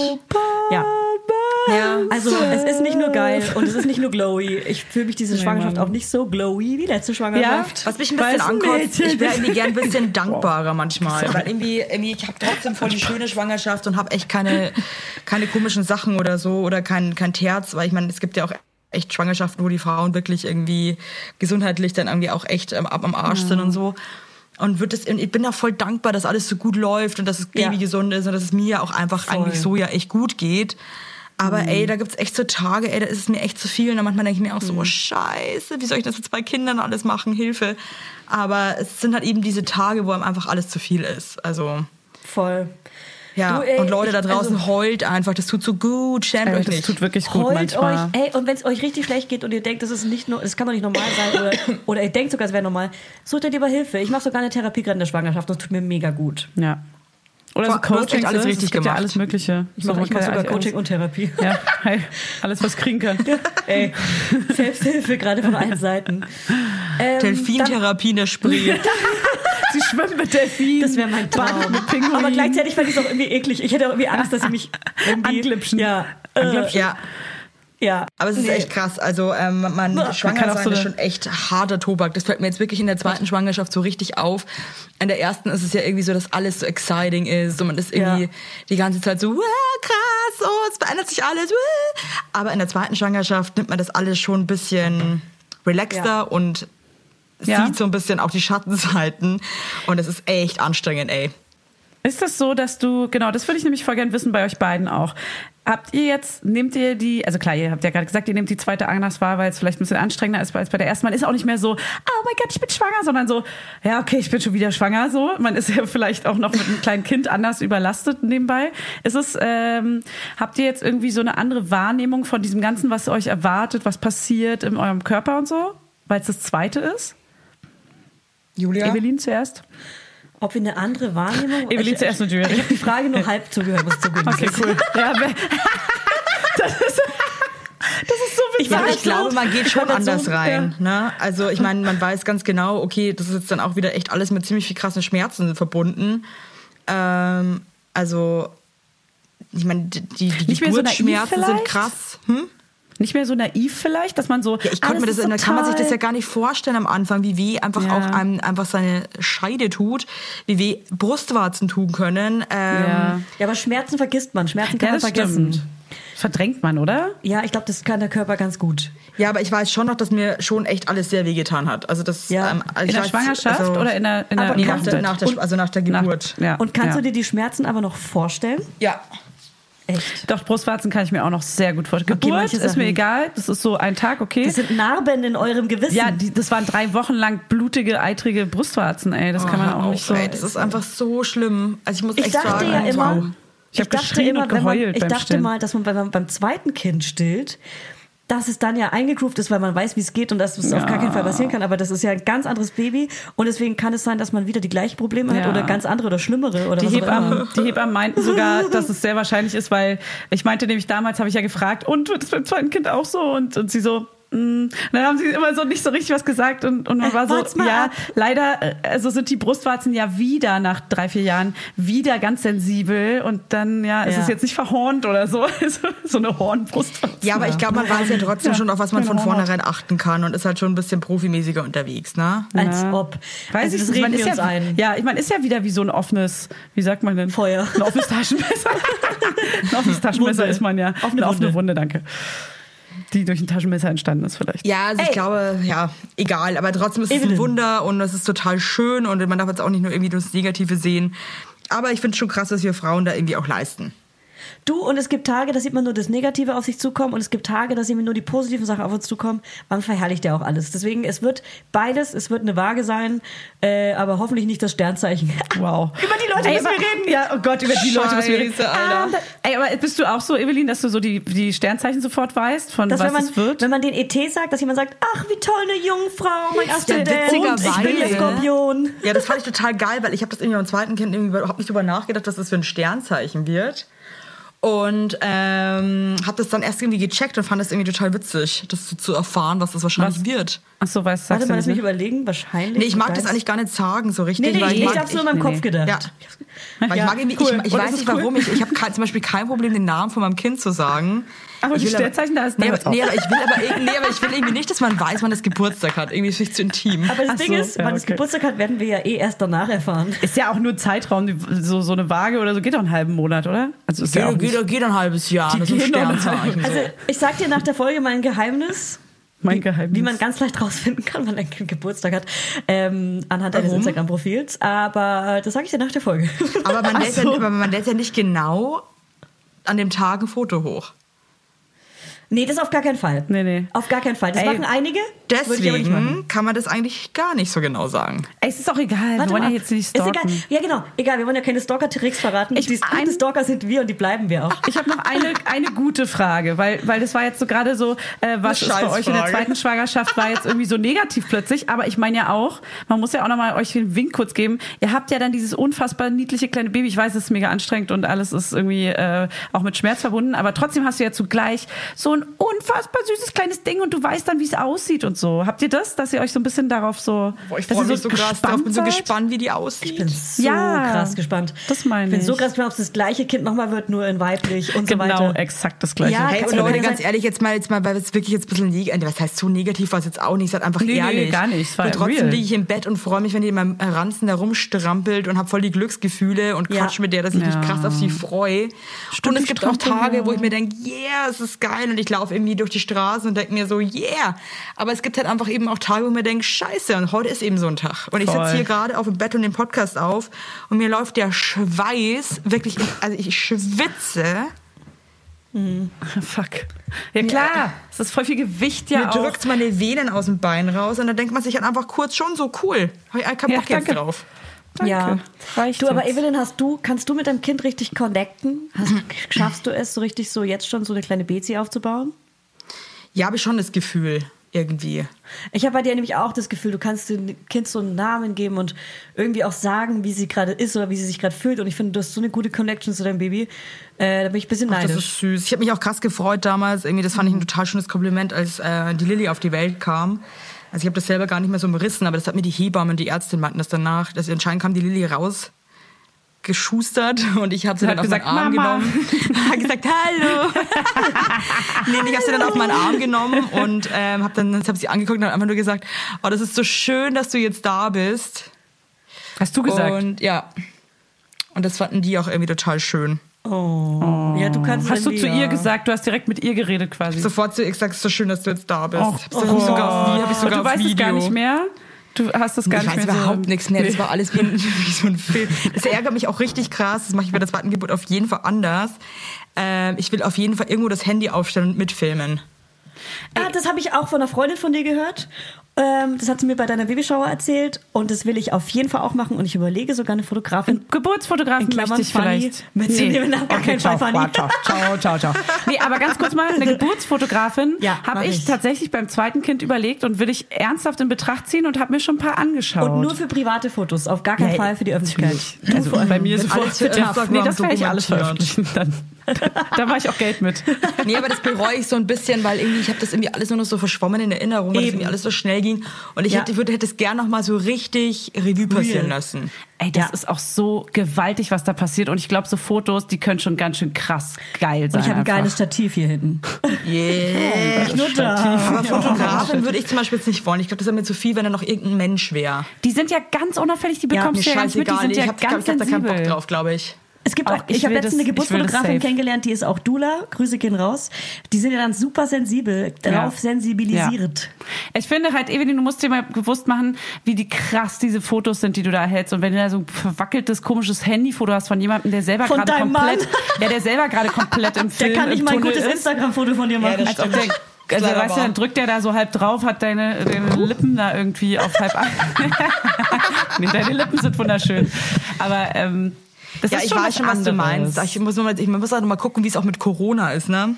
S4: Ja.
S3: Ja.
S4: Also es ist nicht nur geil und es ist nicht nur glowy. Ich fühle mich diese Schwangerschaft auch nicht so glowy wie letzte Schwangerschaft.
S3: Was mich ein bisschen
S2: Weiß ein
S3: ankotzt,
S2: Mädchen.
S3: ich wäre irgendwie gern ein bisschen dankbarer manchmal. Weil irgendwie, irgendwie ich habe trotzdem voll die schöne Schwangerschaft und habe echt keine, keine komischen Sachen oder so oder kein, kein Terz, weil ich meine, es gibt ja auch echt Schwangerschaften, wo die Frauen wirklich irgendwie gesundheitlich dann irgendwie auch echt ähm, ab am Arsch sind und so. Und wird das, und ich bin da voll dankbar, dass alles so gut läuft und dass das Baby
S4: Ja.
S3: gesund ist und dass es mir auch einfach eigentlich so ja echt gut geht. Aber
S4: Mhm.
S3: ey, da gibt's echt so Tage, ey, da ist es mir echt zu viel. Und dann manchmal denke ich mir auch
S4: Mhm.
S3: so, oh, scheiße, wie soll ich das mit zwei Kindern alles machen? Hilfe. Aber es sind halt eben diese Tage, wo einem einfach alles zu viel ist. Also,
S4: Voll.
S3: ja.
S4: Du, ey,
S3: und Leute
S4: ich-
S3: da draußen
S4: also- Äh,
S3: heult einfach, das tut so gut, schämt
S2: Ey,
S3: euch
S2: das
S3: nicht.
S2: tut wirklich gut
S4: Heult
S2: manchmal.
S4: also, euch, ey, und wenn es euch richtig schlecht geht und ihr denkt, das ist nicht nur, das kann doch nicht normal sein, oder, oder ihr denkt sogar, es wäre normal, sucht euch lieber Hilfe. Ich mache sogar eine Therapie gerade in der Schwangerschaft, das tut mir mega gut.
S2: Ja. Oder so
S3: Vor- du hast echt
S2: Coaching,
S3: alles richtig
S2: es gibt ja
S3: gemacht.
S2: alles Mögliche.
S4: Ich mache
S2: man
S4: ich mach
S2: kann ja
S4: sogar
S2: alles-
S4: Coaching und Therapie.
S2: Ja, hey, alles, was kriegen kann.
S4: Ey, Selbsthilfe gerade von allen Seiten. Ähm,
S3: Delfintherapie in der Spree.
S2: Sie schwimmen mit Delfinen.
S4: Das wäre mein Traum. Aber gleichzeitig fand ich es auch irgendwie eklig. Ich hätte auch irgendwie Angst, dass sie mich irgendwie-
S2: Anglipschen.
S4: Ja. Äh,
S2: Anglipschen.
S3: ja.
S4: Ja.
S3: Aber es ist echt krass. Also ähm, man schwanger
S2: kann auch
S3: sein
S2: so
S3: ist
S2: eine-
S3: schon echt harter Tobak. Das fällt mir jetzt wirklich in der zweiten Schwangerschaft so richtig auf. In der ersten ist es ja irgendwie so, dass alles so exciting ist und man ist irgendwie
S4: Ja.
S3: die ganze Zeit so "Wow, krass, oh, es verändert sich alles. wow." Aber in der zweiten Schwangerschaft nimmt man das alles schon ein bisschen relaxter
S4: Ja.
S3: und
S2: Ja.
S3: sieht so ein bisschen auch die Schattenseiten. Und es ist echt anstrengend, ey.
S2: Ist das so, dass du, genau, das würde ich nämlich voll gern wissen bei euch beiden auch. Habt ihr jetzt, nehmt ihr die, also klar, ihr habt ja gerade gesagt, ihr nehmt die zweite Angst wahr, weil es vielleicht ein bisschen anstrengender ist als bei der ersten. Man ist auch nicht mehr so, oh mein Gott, ich bin schwanger, sondern so, ja, okay, ich bin schon wieder schwanger, so. Man ist ja vielleicht auch noch mit einem kleinen Kind anders überlastet nebenbei. Ist es, ähm, habt ihr jetzt irgendwie so eine andere Wahrnehmung von diesem Ganzen, was euch erwartet, was passiert in eurem Körper und so? Weil es das zweite ist?
S3: Julia?
S2: Evelyn zuerst?
S4: Ob wir eine andere Wahrnehmung
S2: Evelyn
S4: Ich-
S2: zuerst und Julia.
S4: Ich habe die Frage nur halb zugehört, muss zugeben.
S2: Okay, cool. Ja, wer- das ist, das ist so witzig.
S3: Ja, aber ich glaube, man geht schon
S2: Wenn so-
S3: anders rein. Ne? Also ich meine, man weiß ganz genau, okay, das ist jetzt dann auch wieder echt alles mit ziemlich viel krassen Schmerzen verbunden. Ähm, also ich meine, die, die die
S2: Nicht mehr so naiv
S3: Geburtsschmerzen sind
S2: vielleicht?
S3: krass. Hm?
S2: Ja. Nicht mehr so naiv vielleicht, dass man so. "Ah,
S3: Ja, ich konnte mir das, in der kann man sich das ja gar nicht vorstellen am Anfang, wie weh einfach
S2: Ja.
S3: auch einem einfach seine Scheide tut, wie weh Brustwarzen tun können. Ähm,
S2: Ja,
S4: Ja, aber Schmerzen vergisst man. Schmerzen kann
S2: ja
S4: man
S2: das
S4: vergessen.
S2: stimmt. Verdrängt man, oder?
S4: Ja, ich glaube, das kann der Körper ganz gut.
S3: ja, aber ich weiß schon noch, dass mir schon echt alles sehr weh getan hat. Also das
S4: Ja.
S3: ähm, ich
S2: In der
S3: weiß,
S2: Schwangerschaft
S3: also-
S2: oder in der, in der
S4: Aber
S3: Nee, nach der, nach der, also nach der Geburt.
S2: ja,
S4: Und kannst
S2: ja.
S4: du dir die Schmerzen aber noch vorstellen?
S3: ja.
S4: Echt.
S2: Doch, Brustwarzen kann ich mir auch noch sehr gut vorstellen.
S4: Okay,
S2: Geburt
S4: manche
S2: ist
S4: Sachen.
S2: mir egal, das ist so ein Tag, okay.
S4: Das sind Narben in eurem Gewissen.
S2: ja, die, das waren drei Wochen lang blutige, eitrige Brustwarzen, ey. Das kann man auch nicht so.
S3: Ey, Oh, das ist einfach so schlimm. Also ich muss
S4: ich
S3: echt
S4: dachte
S3: sagen,
S4: ja immer,
S3: wow.
S2: Ich hab
S4: dachte
S2: geschrien und
S4: wenn man,
S2: geheult
S4: Ich
S2: beim
S4: dachte
S2: Stillen.
S4: mal, dass man, wenn man beim zweiten Kind stillt, dass es dann ja eingegroovt ist, weil man weiß, wie es geht und dass es auf gar keinen Fall passieren kann. Aber das ist ja ein ganz anderes Baby und deswegen kann es sein, dass man wieder die gleichen Probleme hat
S2: Ja.
S4: oder ganz andere oder schlimmere oder
S2: Die
S4: was auch immer.
S2: Hebammen, die Hebammen meinten sogar, dass es sehr wahrscheinlich ist, weil ich meinte nämlich damals, habe ich ja gefragt, und wird es beim zweiten Kind auch so? Und, und sie so, "Mm." und dann haben sie immer so nicht so richtig was gesagt und, und man
S4: Äh,
S2: war so,
S4: wart's mal
S2: ja,
S4: ab.
S2: leider, äh, also sind die Brustwarzen ja wieder nach drei, vier Jahren wieder ganz sensibel und dann, ja, es
S4: Ja.
S2: ist jetzt nicht verhornt oder so, so- so eine Hornbrustwarze.
S3: Ja, aber ich glaube, man weiß ja trotzdem schon, auf was man von
S2: Keine Ahnung.
S3: vornherein achten kann und ist halt schon ein bisschen profimäßiger unterwegs, ne?
S4: Als ob.
S2: Weiß
S4: also,
S2: ich
S4: das
S2: nicht, man
S4: reden
S2: ist
S4: wir uns
S2: ja,
S4: ein.
S2: ja, ich meine, ist ja wieder wie so ein offenes, wie sagt man denn?
S4: Feuer.
S2: Ein offenes Taschenmesser. ein offenes Taschenmesser
S4: Wunde.
S2: ist man ja.
S4: Offene
S2: eine offene
S4: Wunde.
S2: Wunde, danke. Die durch ein Taschenmesser entstanden ist vielleicht.
S3: Ja, also ich glaube, ja, egal. Aber trotzdem ist es
S4: Evelyn.
S3: ein Wunder und es ist total schön und man darf jetzt auch nicht nur irgendwie das Negative sehen. Aber ich finde es schon krass, was wir Frauen da irgendwie auch leisten.
S4: Du, und es gibt Tage, da sieht man nur das Negative auf sich zukommen und es gibt Tage, da sehen wir nur die positiven Sachen auf uns zukommen. Man verherrlicht ja auch alles. Deswegen, es wird beides, es wird eine Waage sein, äh, aber hoffentlich nicht das Sternzeichen.
S2: Wow.
S4: Über die Leute müssen
S2: aber-
S4: wir reden.
S2: Ja, oh Gott, über die Leute müssen wir reden.
S3: Scheiße, Alter.
S2: Ah, da- ey, aber bist du auch so, Evelyn, dass du so die, die Sternzeichen sofort weißt, von
S4: Dass
S2: was
S4: wenn, man,
S2: es wird?
S4: wenn man den ET sagt, dass jemand sagt, ach, wie toll, eine Jungfrau, mein Aszendent.
S3: witzigerweise-
S4: und ich bin der Skorpion.
S3: Ja, das fand ich total geil, weil ich habe das irgendwie beim zweiten Kind irgendwie überhaupt nicht drüber nachgedacht, dass das für ein Sternzeichen wird. Und ähm, habe das dann erst irgendwie gecheckt und fand das irgendwie total witzig, das zu, zu erfahren, was das wahrscheinlich
S2: Was?
S3: wird.
S2: Ach so, weißt
S4: Warte
S2: sagst
S4: mal, lass
S2: du
S4: mich
S2: nicht, ne?
S4: überlegen, wahrscheinlich.
S3: Nee, ich mag
S4: weiß-
S3: das eigentlich gar nicht sagen, so richtig.
S4: Nee, nee,
S3: weil
S4: ich, ich
S3: mag-
S4: hab's nur in meinem
S2: nee, nee.
S4: Kopf gedacht.
S3: Ja. Weil ich,
S2: Ja,
S3: mag irgendwie,
S2: cool.
S3: ich, ich
S2: Und das
S3: weiß
S2: ist
S3: nicht
S2: cool.
S3: warum. Ich, ich habe zum Beispiel kein Problem, den Namen von meinem Kind zu sagen.
S2: Aber
S3: ich
S2: die
S3: will aber-
S2: Sternzeichen, da ist
S3: Nee,
S2: damit
S3: aber,
S2: auch.
S3: nee, aber ich will aber, irg- nee, aber ich will irgendwie nicht, dass man weiß, wann das Geburtstag hat. Irgendwie ist es zu intim.
S4: Aber das
S2: Ach
S4: Ding
S2: so,
S4: ist,
S2: ja,
S4: wann es
S2: okay.
S4: Geburtstag hat, werden wir ja eh erst danach erfahren.
S2: Ist ja auch nur Zeitraum, die- so, so eine Waage oder so geht doch einen halben Monat, oder? Also ist ja auch nicht
S3: geht ein halbes Jahr. Das
S2: ist ein Sternzeichen.
S4: Also, ich sag dir nach der Folge mein Geheimnis.
S2: mein Geheimnis.
S4: Wie man ganz leicht rausfinden kann, wann ein Kind Geburtstag hat, ähm, anhand eines
S3: Warum?
S4: Instagram-Profils. Aber das sage ich dir nach der Folge.
S3: aber man, lädt ja,
S2: so.
S3: aber man lädt ja nicht genau an dem Tag ein Foto hoch.
S4: nee, das auf gar keinen Fall.
S2: Nee, nee.
S4: Auf gar keinen Fall. Das
S2: Ey,
S4: machen einige. Das würde ich aber nicht machen.
S3: Deswegen kann man das eigentlich gar nicht so genau sagen.
S2: Ey, es ist auch egal, wir
S4: Warte
S2: wollen ja
S4: mal ab.
S2: jetzt nicht
S4: Ist
S2: stalken.
S4: egal. Ja, genau. Egal, wir wollen ja keine Stalker-Tricks verraten.
S2: Ich-
S4: die
S2: ein-
S4: guten Stalker sind wir und die bleiben wir auch.
S2: Ich habe noch eine, eine gute Frage, weil, weil das war jetzt so gerade so, äh, was
S3: Eine
S2: ist bei euch in der
S3: Scheißfrage.
S2: zweiten Schwangerschaft war jetzt irgendwie so negativ plötzlich, aber ich meine ja auch, man muss ja auch nochmal euch den Wink kurz geben, ihr habt ja dann dieses unfassbar niedliche kleine Baby, ich weiß, es ist mega anstrengend und alles ist irgendwie äh, auch mit Schmerz verbunden, aber trotzdem hast du ja zugleich so ein unfassbar süßes kleines Ding und du weißt dann, wie es aussieht und so. Habt ihr das, dass ihr euch so ein bisschen darauf so,
S3: Boah, ich
S2: dass
S3: freue
S2: ihr
S3: mich so krass drauf. Bin so
S2: seid?
S3: gespannt, wie die aussieht.
S4: Ich bin so
S2: Ja,
S4: krass gespannt.
S2: das meine
S4: ich. bin so
S2: ich.
S4: krass gespannt, ob es das gleiche Kind nochmal wird, nur in weiblich und so
S2: Genau,
S4: weiter.
S2: exakt das gleiche.
S4: Ja,
S3: Hey,
S4: Kann
S3: und
S4: ja
S3: Leute,
S4: sein.
S3: ganz ehrlich, jetzt mal, jetzt mal, weil es wirklich jetzt ein bisschen negativ, was heißt so negativ war es jetzt auch nicht, seid einfach
S2: Nee, nee,
S3: ehrlich.
S2: gar nicht, es war
S3: und trotzdem
S2: real.
S3: liege ich im Bett und freue mich, wenn die in meinem Ranzen da rumstrampelt und habe voll die Glücksgefühle und
S4: Ja.
S3: quatsche mit der, dass ich
S2: Ja.
S3: mich krass auf sie freue.
S2: Stimmt,
S3: und
S2: die
S3: es gibt auch
S2: strampeln,
S3: Tage,
S2: ja.
S3: wo ich mir denke, yeah, es ist geil und ich laufe irgendwie durch die Straße und denke mir so, yeah. Aber es gibt halt einfach eben auch Tage, wo ich mir denke, scheiße, und heute ist eben so ein Tag. Und ich
S2: Voll.
S3: sitze hier gerade auf dem Bett und den Podcast auf und mir läuft der Schweiß wirklich, also ich schwitze.
S2: Fuck. Ja klar, es ist voll viel Gewicht ja
S3: Mir
S2: auch.
S3: Ne, drückt meine Venen aus dem Bein raus und dann denkt man sich halt einfach kurz schon so cool. Hab ich keinen
S2: Ja,
S3: Bock jetzt
S2: danke.
S3: drauf.
S4: Ja.
S2: Reicht
S4: du, aber
S2: jetzt. Mhm.
S4: Evelyn, hast du, kannst du mit deinem Kind richtig connecten? Hast, schaffst du es so richtig so jetzt schon so eine kleine Bezi aufzubauen?
S3: Ja, habe ich schon das Gefühl irgendwie.
S4: Ich habe bei dir nämlich auch das Gefühl, du kannst dem Kind so einen Namen geben und irgendwie auch sagen, wie sie gerade ist oder wie sie sich gerade fühlt. Und ich finde, du hast so eine gute Connection zu deinem Baby. Äh, da bin ich ein bisschen
S3: Das
S4: neidisch.
S3: ist süß. Ich habe mich auch krass gefreut damals. Irgendwie, das fand
S2: Mhm.
S3: ich ein total schönes Kompliment, als äh, die Lilly auf die Welt kam. Also ich habe das selber gar nicht mehr so umrissen, aber das hat mir die Hebammen und die Ärztin meinten das danach. Dass anscheinend kam die Lilly raus geschustert und ich habe sie
S2: Hat
S3: dann auf meinen
S2: gesagt,
S3: Arm
S2: "Mama."
S3: genommen. hat gesagt, hallo. nee, nee, ich habe sie dann auf meinen Arm genommen und ähm, habe dann hab sie angeguckt und hab einfach nur gesagt, oh, das ist so schön, dass du jetzt da bist.
S2: Hast du gesagt?
S3: Und ja. Und das fanden die auch irgendwie total schön.
S4: oh. Ja, du kannst
S2: hast du
S4: irgendwie-
S2: zu
S4: ja.
S2: ihr gesagt? Du hast direkt mit ihr geredet quasi.
S3: Sofort zu ihr gesagt, es ist so schön, dass du jetzt da bist.
S2: Och,
S3: Hab's dann sogar auf,
S2: Gott.
S3: hab ich sogar
S2: Und du
S3: auf
S2: weißt es
S3: Video.
S2: gar nicht mehr. Du hast das gar
S3: ich
S2: nicht
S3: weiß
S2: mehr.
S3: überhaupt
S2: so.
S3: nichts mehr. Das war alles wie, ein- wie so ein Film. Das ärgert mich auch richtig krass. Das mache ich bei der zweiten Geburt auf jeden Fall anders. Ähm, ich will auf jeden Fall irgendwo das Handy aufstellen und mitfilmen.
S4: Ah, das habe ich auch von einer Freundin von dir gehört. Ähm, das hat sie mir bei deiner Babyshower erzählt und das will ich auf jeden Fall auch machen und ich überlege sogar eine Fotografin.
S2: Geburtsfotografen
S4: In Klammern
S2: möchte ich
S4: Fanny
S2: vielleicht.
S4: mitzunehmen. Auf gar keinen
S2: ciao,
S4: Fall Fanny.
S2: Ciao, ciao, ciao, ciao. Nee, aber ganz kurz mal, eine Geburtsfotografin
S4: Ja, mach
S2: habe ich
S4: ich.
S2: tatsächlich beim zweiten Kind überlegt und will ich ernsthaft in Betracht ziehen und habe mir schon ein paar angeschaut.
S4: Und nur für private Fotos, auf gar keinen
S2: Ja,
S4: Fall für die Öffentlichkeit. Du
S2: also
S4: vor allem.
S2: bei mir
S3: wird
S2: sofort
S3: alles für Instagram
S2: Nee, das werde ich alles
S3: dokumentiert.
S2: veröffentlichen. Dann, da mache ich auch Geld mit.
S3: Nee, aber das bereue ich so ein bisschen, weil irgendwie ich habe das irgendwie alles nur noch so verschwommen in Erinnerung, weil das
S4: Eben.
S3: irgendwie alles so schnell ging und ich
S4: Ja.
S3: hätte ich würde hätte es gern noch mal so richtig Revue passieren lassen.
S2: Ey, das
S4: Ja.
S2: ist auch so gewaltig, was da passiert. Und ich glaube, so Fotos, die können schon ganz schön krass geil sein.
S4: ich habe ein
S2: einfach.
S4: geiles Stativ hier hinten.
S3: Yeah.
S4: Nur da.
S3: Aber Fotografin würde ich zum Beispiel jetzt nicht wollen. Ich glaube, das wäre mir zu viel, wenn er noch irgendein Mensch wäre. Die
S2: Die sind ja ganz unauffällig, die bekommst du ja ganz mit, die sind
S3: Ich
S2: ja
S3: habe
S2: ganz
S3: ich hab da keinen Bock
S2: sensibel.
S3: drauf, glaube ich.
S4: Es gibt
S2: Aber
S4: auch, ich,
S2: Ah, ich
S4: habe
S2: will
S4: letztens eine
S2: das- ich will das
S4: Geburtsfotografin
S2: safe.
S4: kennengelernt, die ist auch Dula. Grüße gehen raus. Die sind ja dann super sensibel, darauf sensibilisiert.
S2: Ja. Ich finde halt, Evelyn, du musst dir mal bewusst machen, wie die krass diese Fotos sind, die du da erhältst. Und wenn du da so ein verwackeltes, komisches Handyfoto hast von jemandem, der selber
S4: Von
S2: gerade
S4: deinem
S2: komplett,
S4: Mann.
S2: ja, der selber gerade komplett im
S4: Der
S2: Film
S4: kann nicht
S2: im
S4: mal ein
S2: Tunnel
S4: gutes
S2: ist.
S4: Instagram-Foto von dir machen.
S2: Als ob der, also,
S3: leider
S2: weißt du,
S3: wahr.
S2: dann drückt der da so halb drauf, hat deine, deine Lippen da irgendwie auf halb an. nee, deine Lippen sind wunderschön. Aber ähm, das
S3: Ja,
S2: ist
S3: ich
S2: schon
S3: weiß schon, was du
S2: anderes.
S3: meinst. Ich muss, nur mal, ich muss auch noch mal gucken, wie es auch mit Corona ist, ne?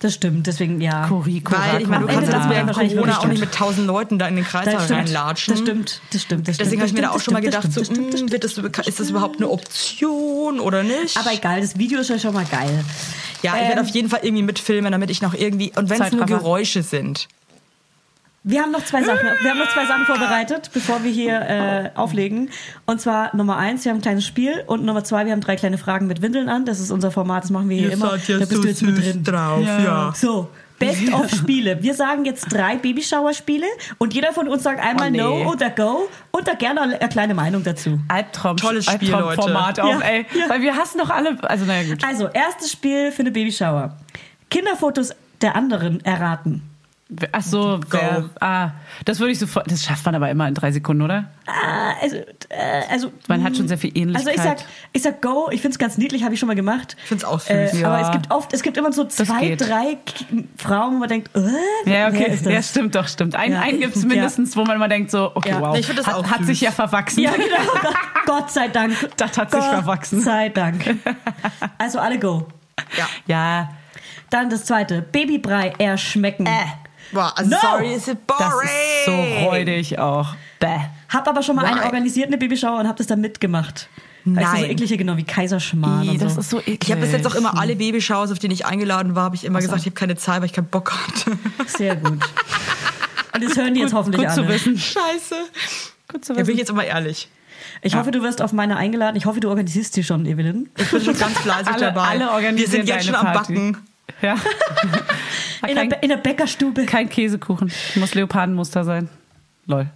S4: das stimmt, deswegen ja.
S2: Kurikura,
S3: Weil ich meine, du
S4: Am
S3: kannst das
S4: Ende das
S3: während
S4: wäre wahrscheinlich
S3: Corona
S4: wirklich
S3: auch nicht
S4: stimmt.
S3: mit tausend Leuten da in den Kreißsaal
S4: Das stimmt,
S3: reinlatschen.
S4: das stimmt, das stimmt, das
S3: Deswegen
S4: stimmt.
S3: habe ich mir da
S4: das
S3: auch schon mal
S4: stimmt,
S3: gedacht, so,
S4: das stimmt, das
S3: mm,
S4: stimmt,
S3: wird das, so beka- ist das überhaupt eine Option oder nicht?
S4: Aber egal, das Video ist ja schon mal geil.
S3: ja, ich werde
S4: Ähm,
S3: auf jeden Fall irgendwie mitfilmen, damit ich noch irgendwie, und wenn es nur
S2: Zeitraffer.
S3: Geräusche sind.
S4: Wir haben noch zwei Sachen,
S3: Ah.
S4: wir haben noch zwei Sachen vorbereitet, bevor wir hier äh, auflegen. Und zwar Nummer eins, wir haben ein kleines Spiel und Nummer zwei, wir haben drei kleine Fragen mit Windeln an. Das ist unser Format, das machen wir hier immer. da bist du jetzt mit drin.
S3: drauf, ja.
S4: So, Best of Spiele. Wir sagen jetzt drei Babyshower-Spiele und jeder von uns sagt einmal
S2: Oh, nee.
S4: No oder Go und da gerne eine kleine Meinung dazu.
S2: Albtraum,
S3: Tolles Spiel,
S2: Albtraumformat auch,
S4: Ja,
S2: ey.
S4: ja.
S2: Weil wir hassen doch alle, also naja, gut.
S4: Also, erstes Spiel für eine Babyshower. Kinderfotos der anderen erraten.
S2: Ach so, wer, ah, das würde ich sofort, das schafft man aber immer in drei Sekunden, oder?
S4: Ah, also, äh, also,
S2: Man hat
S3: Mhm.
S2: schon sehr viel Ähnlichkeit.
S4: also ich sag, ich sag Go, ich find's ganz niedlich, habe ich schon mal gemacht. Ich
S3: find's auch süß.
S2: Ja.
S4: Aber es gibt oft, es gibt immer so zwei,
S2: geht.
S4: drei K- Frauen, wo man denkt, äh,
S2: ja,
S4: wer
S2: okay,
S4: ist das?
S2: ja, stimmt doch, stimmt. Ein,
S4: Ja.
S2: einen gibt's mindestens, wo man immer denkt so, okay,
S4: Ja.
S2: wow,
S3: Ich find das
S2: hat,
S3: auch
S2: hat sich
S3: süß.
S2: ja verwachsen.
S4: Ja, genau. Gott sei Dank.
S2: Das hat sich
S4: Gott
S2: verwachsen.
S4: Gott sei Dank. Also alle Go.
S3: Ja.
S2: ja,
S4: Dann das zweite. Babybrei erschmecken.
S3: Boah, also
S4: No!
S3: sorry, is it boring?
S2: das ist so räudig auch. Bäh.
S4: Hab aber schon mal eine
S3: Why?
S4: organisiert, eine Babyshower und hab das dann mitgemacht. Da ist
S3: Nein.
S4: so eklige, genau wie Kaiserschmarrn
S2: Ih,
S4: und so.
S2: das ist so eklig.
S3: Ich habe bis jetzt auch immer alle Babyshowers, auf denen ich eingeladen war, habe ich immer gesagt, ich habe keine Zeit, weil ich keinen Bock hatte.
S4: Sehr gut. Und das hören die jetzt hoffentlich
S2: Gut
S4: alle.
S2: zu wissen.
S3: Scheiße.
S2: Gut zu
S3: Da bin
S2: wissen.
S3: ich jetzt immer ehrlich.
S4: Ich hoffe, du wirst auf meine eingeladen. Ich hoffe, du organisierst sie schon, Evelyn.
S3: Ich bin schon ganz fleißig
S2: Alle-
S3: dabei.
S2: alle
S3: Wir
S2: organisieren
S3: sind jetzt schon
S2: deine
S3: am
S2: Party.
S3: Backen.
S2: Ja.
S4: In der,
S2: kein,
S4: Bä- in der Bäckerstube.
S2: kein Käsekuchen. Muss Leopardenmuster sein. Lol.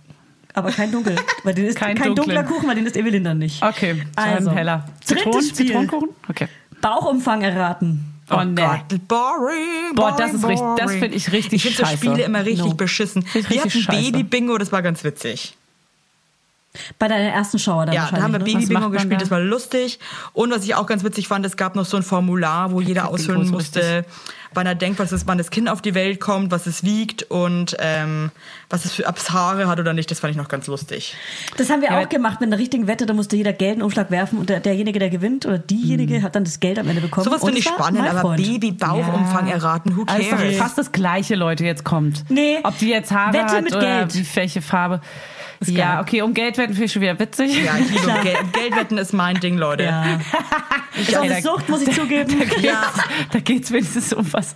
S4: Aber kein dunkel. Weil den ist
S2: Kein
S4: kein, dunkler
S2: dunklen.
S4: Kuchen, weil den ist Evelyn dann nicht.
S2: Okay,
S4: Also,
S2: also, heller.
S4: drittes Spiel.
S2: Zitronenkuchen? Okay.
S4: Bauchumfang erraten.
S2: Oh, nee.
S3: Boring, boring,
S2: Boah, das ist richtig- das find ich richtig
S3: Ich finde so
S2: scheiße.
S3: Spiele immer richtig
S2: No.
S3: beschissen.
S2: Find ich
S3: Wir hatten
S2: richtig scheiße.
S3: Baby-Bingo, das war ganz witzig.
S4: Bei deiner ersten Shower dann
S3: Ja, da
S4: wahrscheinlich.
S3: haben wir
S4: ne?
S2: Was macht
S3: Baby-Bingo
S2: man
S3: gespielt,
S2: da?
S3: das war lustig. Und was ich auch ganz witzig fand, es gab noch so ein Formular, wo jeder
S2: Baby-Bingo
S3: ausfüllen
S2: ist
S3: musste, wann er denkt, was ist, wann das Kind auf die Welt kommt, was es wiegt und ähm, was es für ob es Haare hat oder nicht. Das fand ich noch ganz lustig.
S4: Das haben wir
S2: Ja,
S4: auch gemacht mit einer richtigen Wette. Da musste jeder Geld in den Umschlag werfen und der, derjenige, der gewinnt oder diejenige,
S2: Hm.
S4: hat dann das Geld am Ende bekommen.
S3: Sowas
S4: Und
S3: finde ich
S4: es war
S3: spannend,
S4: mein
S3: aber
S4: Freund.
S3: Baby-Bauchumfang erraten, who
S2: Also
S3: cares?
S2: ist doch fast das gleiche, Leute, jetzt kommt.
S4: Nee.
S2: Ob die jetzt Haare
S4: Wette
S2: hat
S4: mit
S2: oder
S4: Geld.
S2: wie welche Farbe. Ja,
S4: geil.
S2: okay, um Geld werden finde ich schon wieder witzig.
S3: ja, ich liebe Geld. Geldwetten ist mein Ding, Leute.
S4: Ja. Ist auch eine Sucht, muss ich zugeben.
S3: Ja.
S2: Da geht's wenigstens um was.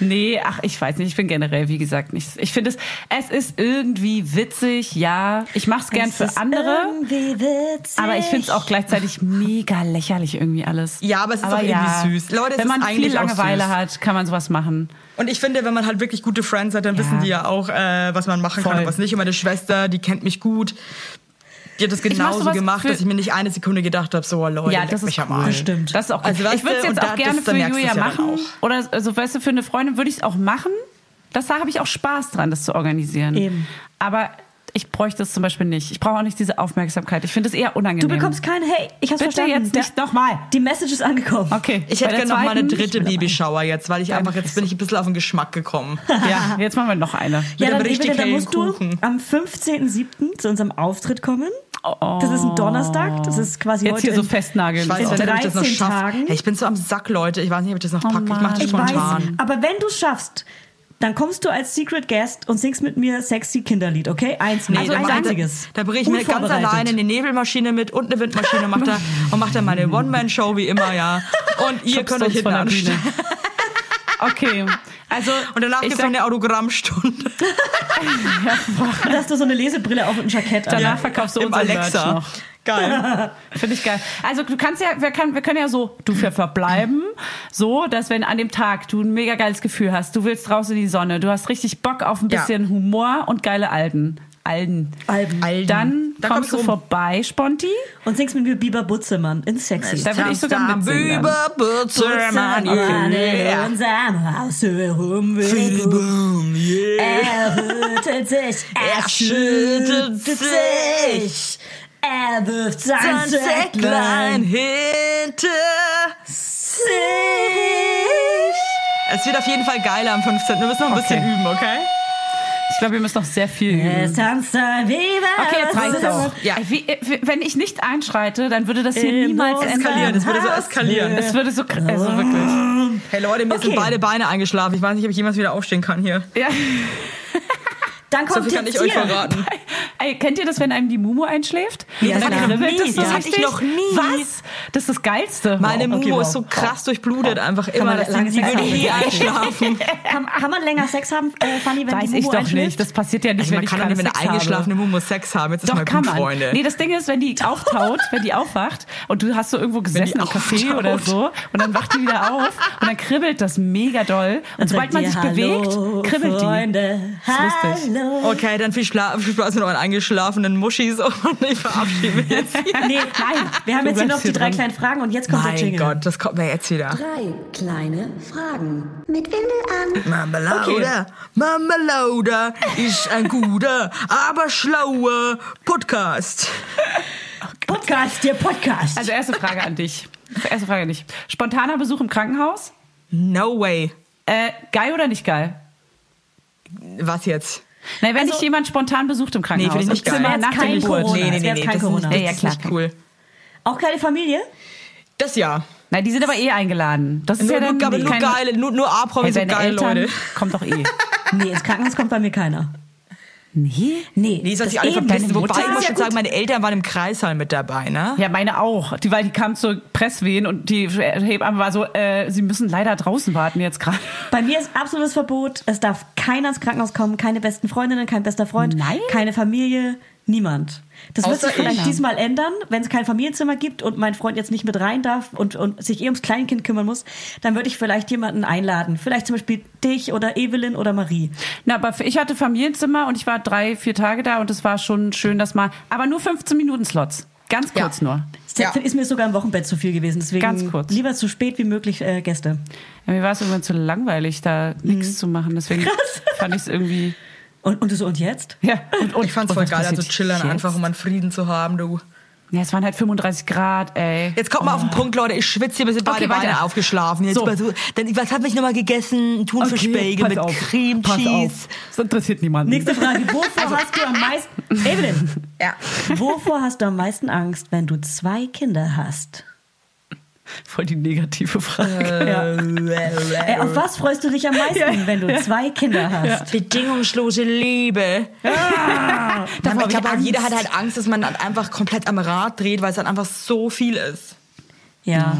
S2: nee, ach, ich weiß nicht. Ich bin generell, wie gesagt, nicht. Ich finde es, es ist irgendwie witzig, ja. Ich mach's gern für andere.
S4: Irgendwie witzig.
S2: Aber ich finde es auch gleichzeitig mega lächerlich irgendwie alles.
S3: Ja, aber es ist auch irgendwie süß. Leute, es
S2: wenn man
S3: ist
S2: viel
S3: eigentlich auch
S2: Langeweile
S3: süß.
S2: hat, kann man sowas machen.
S3: Und ich finde, wenn man halt wirklich gute Friends hat, dann
S2: Ja.
S3: wissen die ja auch, äh, was man machen
S2: Voll.
S3: kann und was nicht. Und meine Schwester, die kennt mich gut. Die hat das
S2: mach
S3: genauso
S2: sowas
S3: gemacht,
S2: für-
S3: dass ich mir nicht eine Sekunde gedacht habe, so, oh, Leute,
S2: Ja,
S3: leck
S2: das
S3: mich
S2: ist
S3: am
S2: cool.
S3: Arsch.
S4: Stimmt.
S2: Das ist auch
S3: Also,
S2: also,
S3: weißt
S2: Ich würde es
S3: du,
S2: jetzt
S3: und
S2: auch
S3: da-
S2: gerne
S3: das- da
S2: für
S3: merkst du
S2: Julia
S3: es ja dann
S2: machen.
S3: auch.
S2: Oder also, weißt du, für eine Freundin würde ich es auch machen. Das, da habe ich auch Spaß dran, das zu organisieren.
S4: Eben.
S2: Aber ich bräuchte es zum Beispiel nicht. Ich brauche auch nicht diese Aufmerksamkeit. Ich finde es eher
S4: Du
S2: unangenehm.
S4: bekommst keine, hey, ich hab's
S2: Bitte
S4: verstanden.
S2: jetzt
S4: Der-
S2: nicht nochmal.
S4: Die Message ist angekommen.
S2: Okay.
S3: Ich
S2: Bei
S3: hätte
S2: der
S3: gerne noch mal eine
S2: zweiten-
S3: dritte Babyshower jetzt, weil ich einfach, jetzt bin ich ein bisschen auf den Geschmack gekommen.
S2: Ja, jetzt machen wir noch eine.
S4: Ja,
S3: Mit
S4: dann,
S3: einem richtig
S4: Evelyn, dann
S3: hellen
S4: musst du
S3: Kuchen.
S4: am 15.07. zu unserem Auftritt kommen. Das ist ein Donnerstag. Das ist quasi
S2: Oh. Jetzt
S4: heute
S2: hier so
S4: in-
S2: festnageln.
S3: Ich weiß
S4: In
S3: nicht, ob ich das noch
S4: 13
S3: schaffe.
S4: Tagen?
S3: Hey, ich bin so am Sack, Leute. Ich weiß nicht, ob ich das noch packe. ich
S2: Oh Mann.
S3: mache das
S4: Ich
S3: spontan.
S4: weiß, aber wenn du schaffst, dann kommst du als Secret Guest und singst mit mir sexy Kinderlied, okay? Eins,
S3: Nee,
S4: also
S3: da
S4: ein
S3: mach-
S4: einziges.
S3: Da, da bringe ich mir ganz
S4: Unvorbereitet.
S3: alleine eine Nebelmaschine mit und eine Windmaschine mach da, und mache dann meine One-Man-Show wie immer, ja. Und ihr
S2: Schubst
S3: könnt euch
S2: uns
S3: hinten
S2: von der Bühne.
S3: anstellen.
S2: Okay. Also,
S3: Und danach
S2: ich
S3: gibt es
S2: sag,
S3: eine Autogrammstunde.
S4: Und dass du so eine Lesebrille auf und ein Jackett an.
S2: danach verkaufst du
S3: Im
S2: uns Alexa.
S3: Alexa.
S2: noch.
S3: Geil.
S2: Finde ich geil. Also du kannst ja, wir, kann, wir können ja so, du ver- verbleiben, so, dass wenn an dem Tag du ein mega geiles Gefühl hast, du willst raus in die Sonne, du hast richtig Bock auf ein
S3: Ja.
S2: bisschen Humor und geile Alben. Alben.
S4: Alben.
S3: Alben.
S2: Dann
S3: Da komm
S2: kommst
S3: ich
S2: du
S3: rum.
S2: vorbei, Sponti.
S4: Und singst mit mir Biber Butzemann in sexy.
S2: Da würde ich sogar mitsingen. dann.
S3: Über Bürzelmann,
S4: in
S3: yeah.
S4: unserem Haus herum will
S3: Boom, yeah.
S4: Er wütet sich, er
S3: Er schüttelt
S4: schüttelt sich. Er wirft sein
S3: Ein Säcklein
S4: Säcklein
S3: hinter
S4: sich.
S3: Es wird auf jeden Fall geiler am 15. Wir müssen noch ein bisschen üben, okay?
S2: Ich glaube, ihr müsst noch sehr viel üben.
S4: Es tanzt ein Biber.
S2: Okay, jetzt reicht's
S4: Butzemann.
S2: auch.
S3: Ja. Äh,
S2: Wie, äh, wenn ich nicht einschreite, dann würde das hier
S4: Im
S2: niemals
S4: Norden-
S2: eskalieren.
S3: Eskalieren, es würde so eskalieren.
S2: Es würde so, kr- also wirklich.
S3: Hey Leute, mir sind
S4: Okay.
S3: beide Beine eingeschlafen. Ich weiß nicht, ob ich jemals wieder aufstehen kann hier.
S2: Ja.
S4: Dann
S3: So
S4: kommt
S3: viel kann
S4: jetzt
S3: ich euch
S4: hier.
S3: verraten.
S2: Ey, kennt ihr das, wenn einem die Mumu einschläft?
S4: Ja,
S2: Und dann
S4: das hab ich noch
S2: kribbelt
S4: nie.
S2: es so
S4: Das
S3: hatte ich
S2: richtig?
S3: noch nie.
S2: Was? Das ist das Geilste. Oh,
S3: Meine
S2: Wow.
S3: Mumu
S4: okay, wow.
S3: ist so krass durchblutet, einfach immer.
S4: man
S3: dass
S4: lange
S3: die die
S4: Sex
S3: würde
S4: haben?
S3: nie einschlafen.
S4: Kann, kann man länger Sex haben, äh, Fanny, wenn
S2: Weiß
S4: die
S2: ich
S4: Mumu
S2: doch
S4: einschläft?
S2: nicht. Das passiert ja nicht,
S3: Also
S2: wenn
S3: man
S2: ich
S3: kann doch
S2: gerade
S3: nicht mit einer
S2: Sex habe.
S3: eingeschlafenen Mumu Sex haben. Jetzt ist
S2: Doch,
S3: mal
S2: kann
S3: gut,
S2: man.
S3: Freunde.
S2: Nee, das Ding ist, wenn die auftaut, wenn die aufwacht und du hast so irgendwo gesessen im Café
S3: auftaut.
S2: oder so und dann wacht die wieder auf und dann kribbelt das mega doll. Und, sobald man sich bewegt, kribbelt
S4: Freunde,
S2: Ist lustig.
S4: hallo.
S3: Okay, dann viel, Schla viel Spaß mit euren eingeschlafenen Muschis und ich verabschiede mich jetzt.
S4: Nee, nein,
S2: Du
S4: wir haben jetzt hier
S2: bleibst
S4: noch die
S2: hier
S4: drei
S2: drin.
S4: kleinen Fragen und jetzt kommt der
S3: Mein
S4: Jingle.
S3: Gott, das kommt mir jetzt wieder.
S1: Drei kleine Fragen. Mit Windel an.
S3: Mama Lauda, Mama Lauda ist ein guter, aber schlauer Podcast.
S4: Podcast, der Podcast.
S2: die. Also erste Frage an dich. Erste Frage an dich. Spontaner Besuch im Krankenhaus?
S3: No way.
S2: Äh, geil oder nicht geil?
S3: Was jetzt?
S2: Nein, wenn dich jemand spontan besucht im Krankenhaus.
S3: Also finde ich nicht
S2: im Zimmer
S3: geil.
S2: Nach der
S4: Kein
S2: Geburt.
S4: Corona.
S3: Nee, nee,
S4: es
S3: nee,
S4: wäre
S3: nee,
S4: kein
S3: das ist,
S4: Corona.
S3: das
S2: Ja, ja,
S3: ist
S2: klar,
S3: nicht
S2: klar.
S3: cool.
S4: Auch keine Familie?
S3: Das ja.
S2: Nein, die sind aber eh eingeladen. Das ist
S3: Nur,
S2: ja dann
S3: nur, aber nur
S2: kein-
S3: geile, nur, nur
S2: Hey,
S3: A-Promis und
S2: deine
S3: geile
S2: Eltern
S3: Leute.
S2: kommt doch eh.
S4: Nee, ins Krankenhaus kommt bei mir keiner.
S2: nee?
S4: Nee,
S3: Nee, das hat
S4: das
S3: sich alle
S4: eben.
S3: verpissen.
S4: Deine
S3: Wobei,
S4: Mutter
S3: ich muss
S4: ist
S3: schon
S4: ja
S3: sagen, meine Eltern waren im Kreissaal mit dabei, ne?
S2: Ja, meine auch. Die, weil die kam zur Presswehen und die Hebamme war so, äh, sie müssen leider draußen warten jetzt gerade.
S4: Bei mir ist absolutes Verbot. Es darf keiner ins Krankenhaus kommen. Keine besten Freundinnen, kein bester Freund,
S2: Nein?
S4: keine Familie, niemand. Das wird
S3: Außer
S4: sich vielleicht
S3: ich.
S4: diesmal ändern, wenn es kein Familienzimmer gibt und mein Freund jetzt nicht mit rein darf und, und sich eh ums Kleinkind kümmern muss, dann würde ich vielleicht jemanden einladen. Vielleicht zum Beispiel dich oder Evelyn oder Marie.
S2: Na, aber ich hatte Familienzimmer und ich war drei, vier Tage da und es war schon schön, dass mal, aber nur 15 Minuten Slots. Ganz kurz nur.
S4: Das ist mir sogar im Wochenbett zu viel gewesen. Deswegen
S2: Ganz kurz.
S4: lieber zu spät wie möglich äh, Gäste.
S2: Ja, mir war es irgendwann zu langweilig, da nichts zu machen. Deswegen
S4: Krass.
S2: fand ich es irgendwie.
S4: Und, und du so, und jetzt?
S2: Ja, und, und,
S3: Ich fand's
S2: und
S3: voll
S2: was
S3: geil, also
S2: passiert
S3: chillern
S2: jetzt?
S3: einfach, um einen Frieden zu haben, du.
S2: Ja, es waren halt 35 Grad, ey.
S3: Jetzt kommt mal auf den Punkt, Leute. Ich schwitze hier, bis sind beide
S2: Okay, weiter.
S3: Beine aufgeschlafen. Jetzt
S2: So.
S3: mal Ah. so. Dann, was hab ich nochmal gegessen? Ein Thunfischbällchen
S2: pass
S3: mit
S2: auf,
S3: Creme
S2: pass
S3: Cheese.
S2: auf. Das interessiert niemanden.
S4: Nächste Frage. Wovor
S2: Also-
S4: hast du am meisten... Evelyn,
S3: Ja.
S4: wovor hast du am meisten Angst, wenn du zwei Kinder hast?
S2: Voll die negative Frage.
S4: Äh, auf was freust du dich am meisten, wenn du zwei Kinder hast?
S3: Bedingungslose Liebe. Ja, aber Ah. ich glaube, jeder hat halt Angst, dass man dann einfach komplett am Rad dreht, weil es dann einfach so viel ist.
S4: Ja.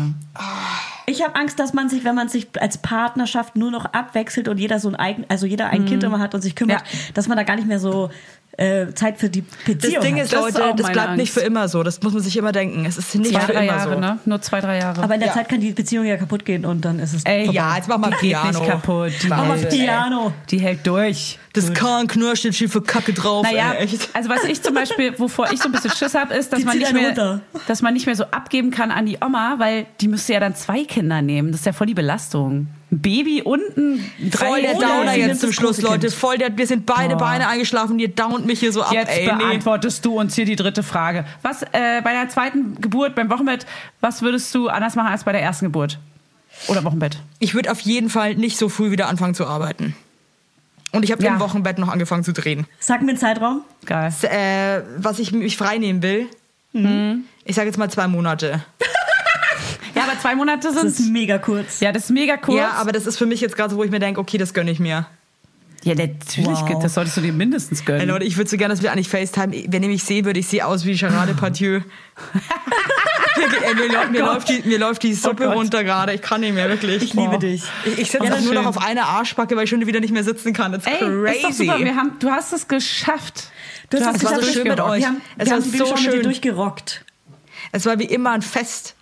S4: Ich habe Angst, dass man sich, wenn man sich als Partnerschaft nur noch abwechselt und jeder so ein eigen, also jeder ein
S3: Mhm.
S4: Kind immer hat und sich kümmert,
S2: Ja.
S4: dass man da gar nicht mehr so äh, Zeit für die
S3: Das
S4: Beziehung
S3: Ding
S4: hat.
S3: ist,
S2: Das ist
S3: Leute,
S2: auch
S3: das
S2: meine
S3: bleibt nicht
S2: Angst.
S3: für immer so. Das muss man sich immer denken. Es ist nicht
S2: Zwei,
S3: für
S2: drei
S3: immer
S2: Jahre,
S3: so.
S2: ne? Nur zwei, drei Jahre.
S4: Aber in der Zeit kann die Beziehung ja kaputt gehen und dann ist es
S2: Ey,
S3: Ja, jetzt mach mal
S2: die geht
S3: Piano.
S2: nicht kaputt. Die,
S3: Mach
S4: Aber
S3: Wahnsinn, ey.
S4: Piano.
S2: die hält durch.
S3: Das Kahn knirscht jetzt viel für Kacke drauf.
S2: Naja,
S3: ey, echt.
S2: also was ich zum Beispiel, wovor ich so ein bisschen Schiss habe, ist, dass
S4: Die
S2: man,
S4: zieht
S2: nicht
S4: einen
S2: mehr,
S4: runter.
S2: dass man nicht mehr so abgeben kann an die Oma, weil die müsste ja dann zwei Kinder nehmen. Das ist ja voll die Belastung. Baby und ein
S3: Voll der
S2: Dreijähriger.
S3: Downer
S2: Sie
S3: jetzt
S2: nimmt
S3: zum
S2: das
S3: Schluss,
S2: große Kind.
S3: Leute. Voll der, wir sind beide Beine eingeschlafen, ihr downt mich hier so ab,
S2: Jetzt
S3: ey. Nee.
S2: beantwortest du uns hier die dritte Frage. Was äh, bei der zweiten Geburt, beim Wochenbett, was würdest du anders machen als bei der ersten Geburt? Oder Wochenbett?
S3: Ich würde auf jeden Fall nicht so früh wieder anfangen zu arbeiten. Und ich habe
S2: Ja.
S3: im Wochenbett noch angefangen zu drehen.
S4: Sag mir einen Zeitraum.
S2: Geil.
S3: S- Äh, was ich mich freinehmen will,
S2: Mhm.
S3: ich sage jetzt mal zwei Monate.
S2: Ja, aber zwei Monate
S4: Das ist
S2: sind.
S4: mega kurz.
S2: Ja, das ist mega kurz.
S3: Ja, aber das ist für mich jetzt gerade so, wo ich mir denke, okay, das gönne ich mir.
S2: Ja, natürlich,
S4: Wow.
S2: das solltest du dir mindestens
S3: Ey,
S2: gönnen.
S3: Leute, ich würde so gerne, dass wir eigentlich FaceTime. Wenn ihr mich seht, würde ich sehe aus wie Charade Partieu. Wirklich, ey, mir, läuft- mir, läuft die, mir läuft die Suppe
S2: Oh Gott.
S3: runter gerade. Ich kann nicht mehr, wirklich.
S4: Ich liebe dich.
S3: Ich, ich sitze
S2: Ja,
S3: auch nur
S2: schön.
S3: noch auf einer Arschbacke, weil ich schon wieder nicht mehr sitzen kann. It's
S2: Ey, ist doch
S3: crazy.
S2: super. Wir haben, du hast es geschafft.
S4: Du
S3: hast es war so
S4: geschafft.
S3: schön mit euch.
S4: Wir haben,
S3: Es
S4: wir
S3: war
S4: haben die
S3: so
S4: Babyshow mit dir
S3: schön.
S4: durchgerockt.
S3: es war wie immer ein Fest.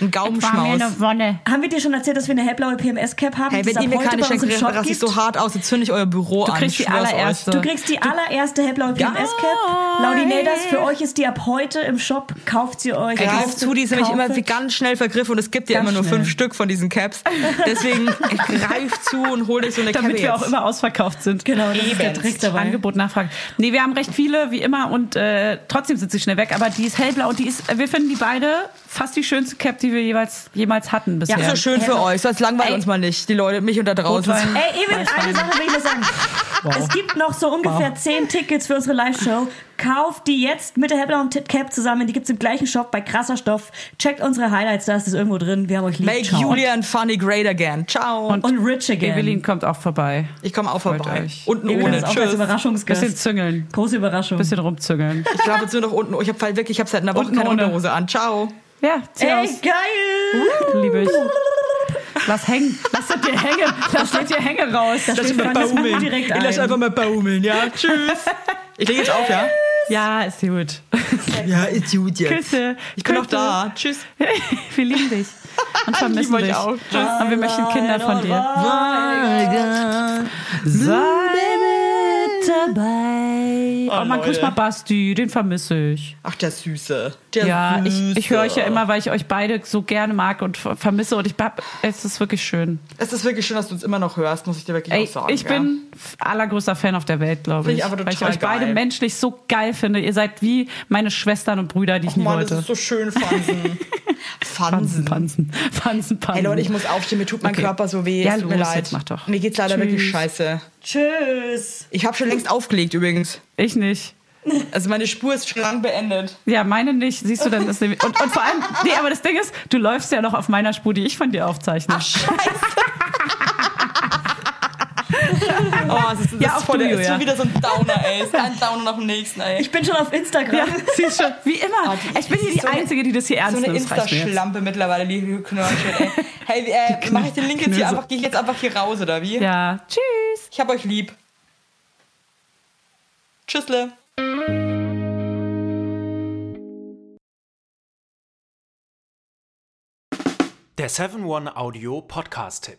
S3: Ein Gaumenschmaus.
S2: Wonne.
S4: Haben wir dir schon erzählt, dass wir eine hellblaue PMS-Cap haben?
S3: Hey,
S4: die es
S3: wenn
S4: ab
S3: ihr mir
S4: heute
S3: keine
S4: bei uns
S3: schenkt,
S4: im Shop
S3: raste ich
S4: gibt?
S3: so hart aus, dann zünd ich euer Büro an.
S2: kriegst
S3: ich
S2: die
S3: schwör's euch.
S2: allererste.
S4: Du kriegst die allererste hellblaue PMS-Cap. Laudinators, für euch ist die ab heute im Shop. Kauft sie euch.
S3: Greif
S4: Kauft
S3: zu, die ist nämlich
S4: kauft
S3: immer
S4: sie.
S3: ganz schnell vergriffen und es gibt ja
S4: Ganz
S3: immer nur
S4: schnell.
S3: fünf Stück von diesen Caps. Deswegen greif zu und hol dich so eine
S2: Damit
S3: Cap
S2: wir
S3: jetzt.
S2: auch immer ausverkauft sind.
S4: Genau, das ist der
S3: Eben.
S4: Trick dabei.
S2: Angebot, Nachfrage. Nee, wir haben recht viele, wie immer, und äh, trotzdem sind sie schnell weg. Aber die ist hellblau und die ist, wir finden die beide fast die schönste Cap, die wir jeweils, jemals hatten bisher.
S3: Ist so schön für euch, sonst langweilt
S2: Ey.
S3: uns mal nicht. Die Leute, mich und da draußen.
S2: Rotwein.
S4: Ey, Evelyn, eine Sache will ich noch sagen. Es gibt noch so ungefähr zehn Tickets für unsere Live-Show. Kauft die jetzt mit der Hellblauen Tit Cap zusammen. Die gibt's im gleichen Shop bei krasser Stoff. Checkt unsere Highlights, da ist es irgendwo drin. Wir haben euch lieb.
S3: Make
S4: Ciao.
S3: Julian funny great again. Ciao.
S4: Und Rich again.
S2: Evelyn kommt auch vorbei.
S3: ich komme auch
S2: Freut
S3: vorbei.
S2: euch.
S3: Unten
S4: Evelyn
S3: ohne.
S4: ist auch als
S3: Tschüss.
S2: Bisschen
S4: Überraschungsgast.
S2: züngeln,
S4: Große Überraschung.
S2: bisschen rumzüngeln.
S3: Ich glaube jetzt nur noch unten. Ich habe halt wirklich, ich habe seit einer Woche
S2: Unten
S3: keine
S2: ohne.
S3: Unterhose an. Ciao.
S2: Ja, zieh
S4: Ey,
S2: aus.
S4: geil!
S3: Uh.
S2: Liebe ich. Lass hängen. Lass das dir hängen. Lass das dir hängen raus.
S4: steht
S3: mal
S4: Franz Mann
S3: baumeln.
S4: direkt
S3: Ich lasse
S4: ein.
S3: einfach mal baumeln, ja? Tschüss. Ich lege jetzt auf, ja?
S2: ja, ist gut.
S3: Ja, ist gut jetzt.
S2: Küsse.
S3: Ich bin noch
S2: Küsse.
S3: da. Tschüss.
S2: Wir lieben dich. Und vermissen
S3: euch
S2: dich.
S3: auch.
S2: Und wir möchten Kinder von dir. Sei mit dabei. Oh, man grüßt mal Basti, den vermisse ich.
S3: Ach, der Süße. Der
S2: Ja, ich,
S3: Süße.
S2: ich höre euch ja immer, weil ich euch beide so gerne mag und ver- vermisse. Und ich hab, es ist wirklich schön.
S3: Es ist wirklich schön, dass du uns immer noch hörst, muss ich dir wirklich
S2: Ey,
S3: auch sagen.
S2: ich bin f- allergrößter Fan auf der Welt, glaube ich.
S3: Find ich aber
S2: weil ich
S3: total
S2: euch beide
S3: geil.
S2: menschlich so geil finde. Ihr seid wie meine Schwestern und Brüder, die ich
S3: ja.
S2: nie
S3: Mann, das
S2: wollte.
S3: ist so schön, Fansen.
S2: Pansen,
S3: Fansen.
S2: Pansen, Pansen, Pansen.
S3: Ey Leute, ich muss aufstehen, mir tut mein
S2: Okay.
S3: Körper so weh.
S2: Ja,
S3: es tut mir
S2: los,
S3: leid.
S2: jetzt mach doch.
S3: Mir geht's leider
S2: Tschüss.
S3: wirklich scheiße.
S4: Tschüss!
S3: Ich habe schon längst aufgelegt übrigens.
S2: Ich nicht.
S3: Also meine Spur ist schon lang beendet.
S2: Ja, meine nicht. Siehst du, dann ist nämlich. Und, und vor allem, nee, aber das Ding ist, du läufst ja noch auf meiner Spur, die ich von dir aufzeichne. Ach,
S3: Oh, es ist, das
S2: Ja,
S3: ist,
S2: auch
S3: voll,
S2: du,
S3: der, ist
S2: Julia.
S3: schon wieder so ein Downer, ey. Es Ist ein Downer nach dem nächsten, ey.
S4: Ich bin schon auf Instagram.
S2: ja, siehst schon. Wie immer.
S3: Oh, die-
S2: ich bin hier die
S3: so eine-
S2: Einzige, die das hier ernst
S3: so eine
S2: nimmt. Das reicht mir jetzt.
S3: Insta-Schlampe mittlerweile, die Knörchel, ey. Hey, äh, mach ich den Link jetzt hier
S2: Knöse.
S3: einfach, gehe ich jetzt einfach hier raus, oder wie?
S2: Ja, tschüss.
S3: Ich hab euch lieb. Tschüssle.
S7: Der 7-One Audio Podcast-Tipp.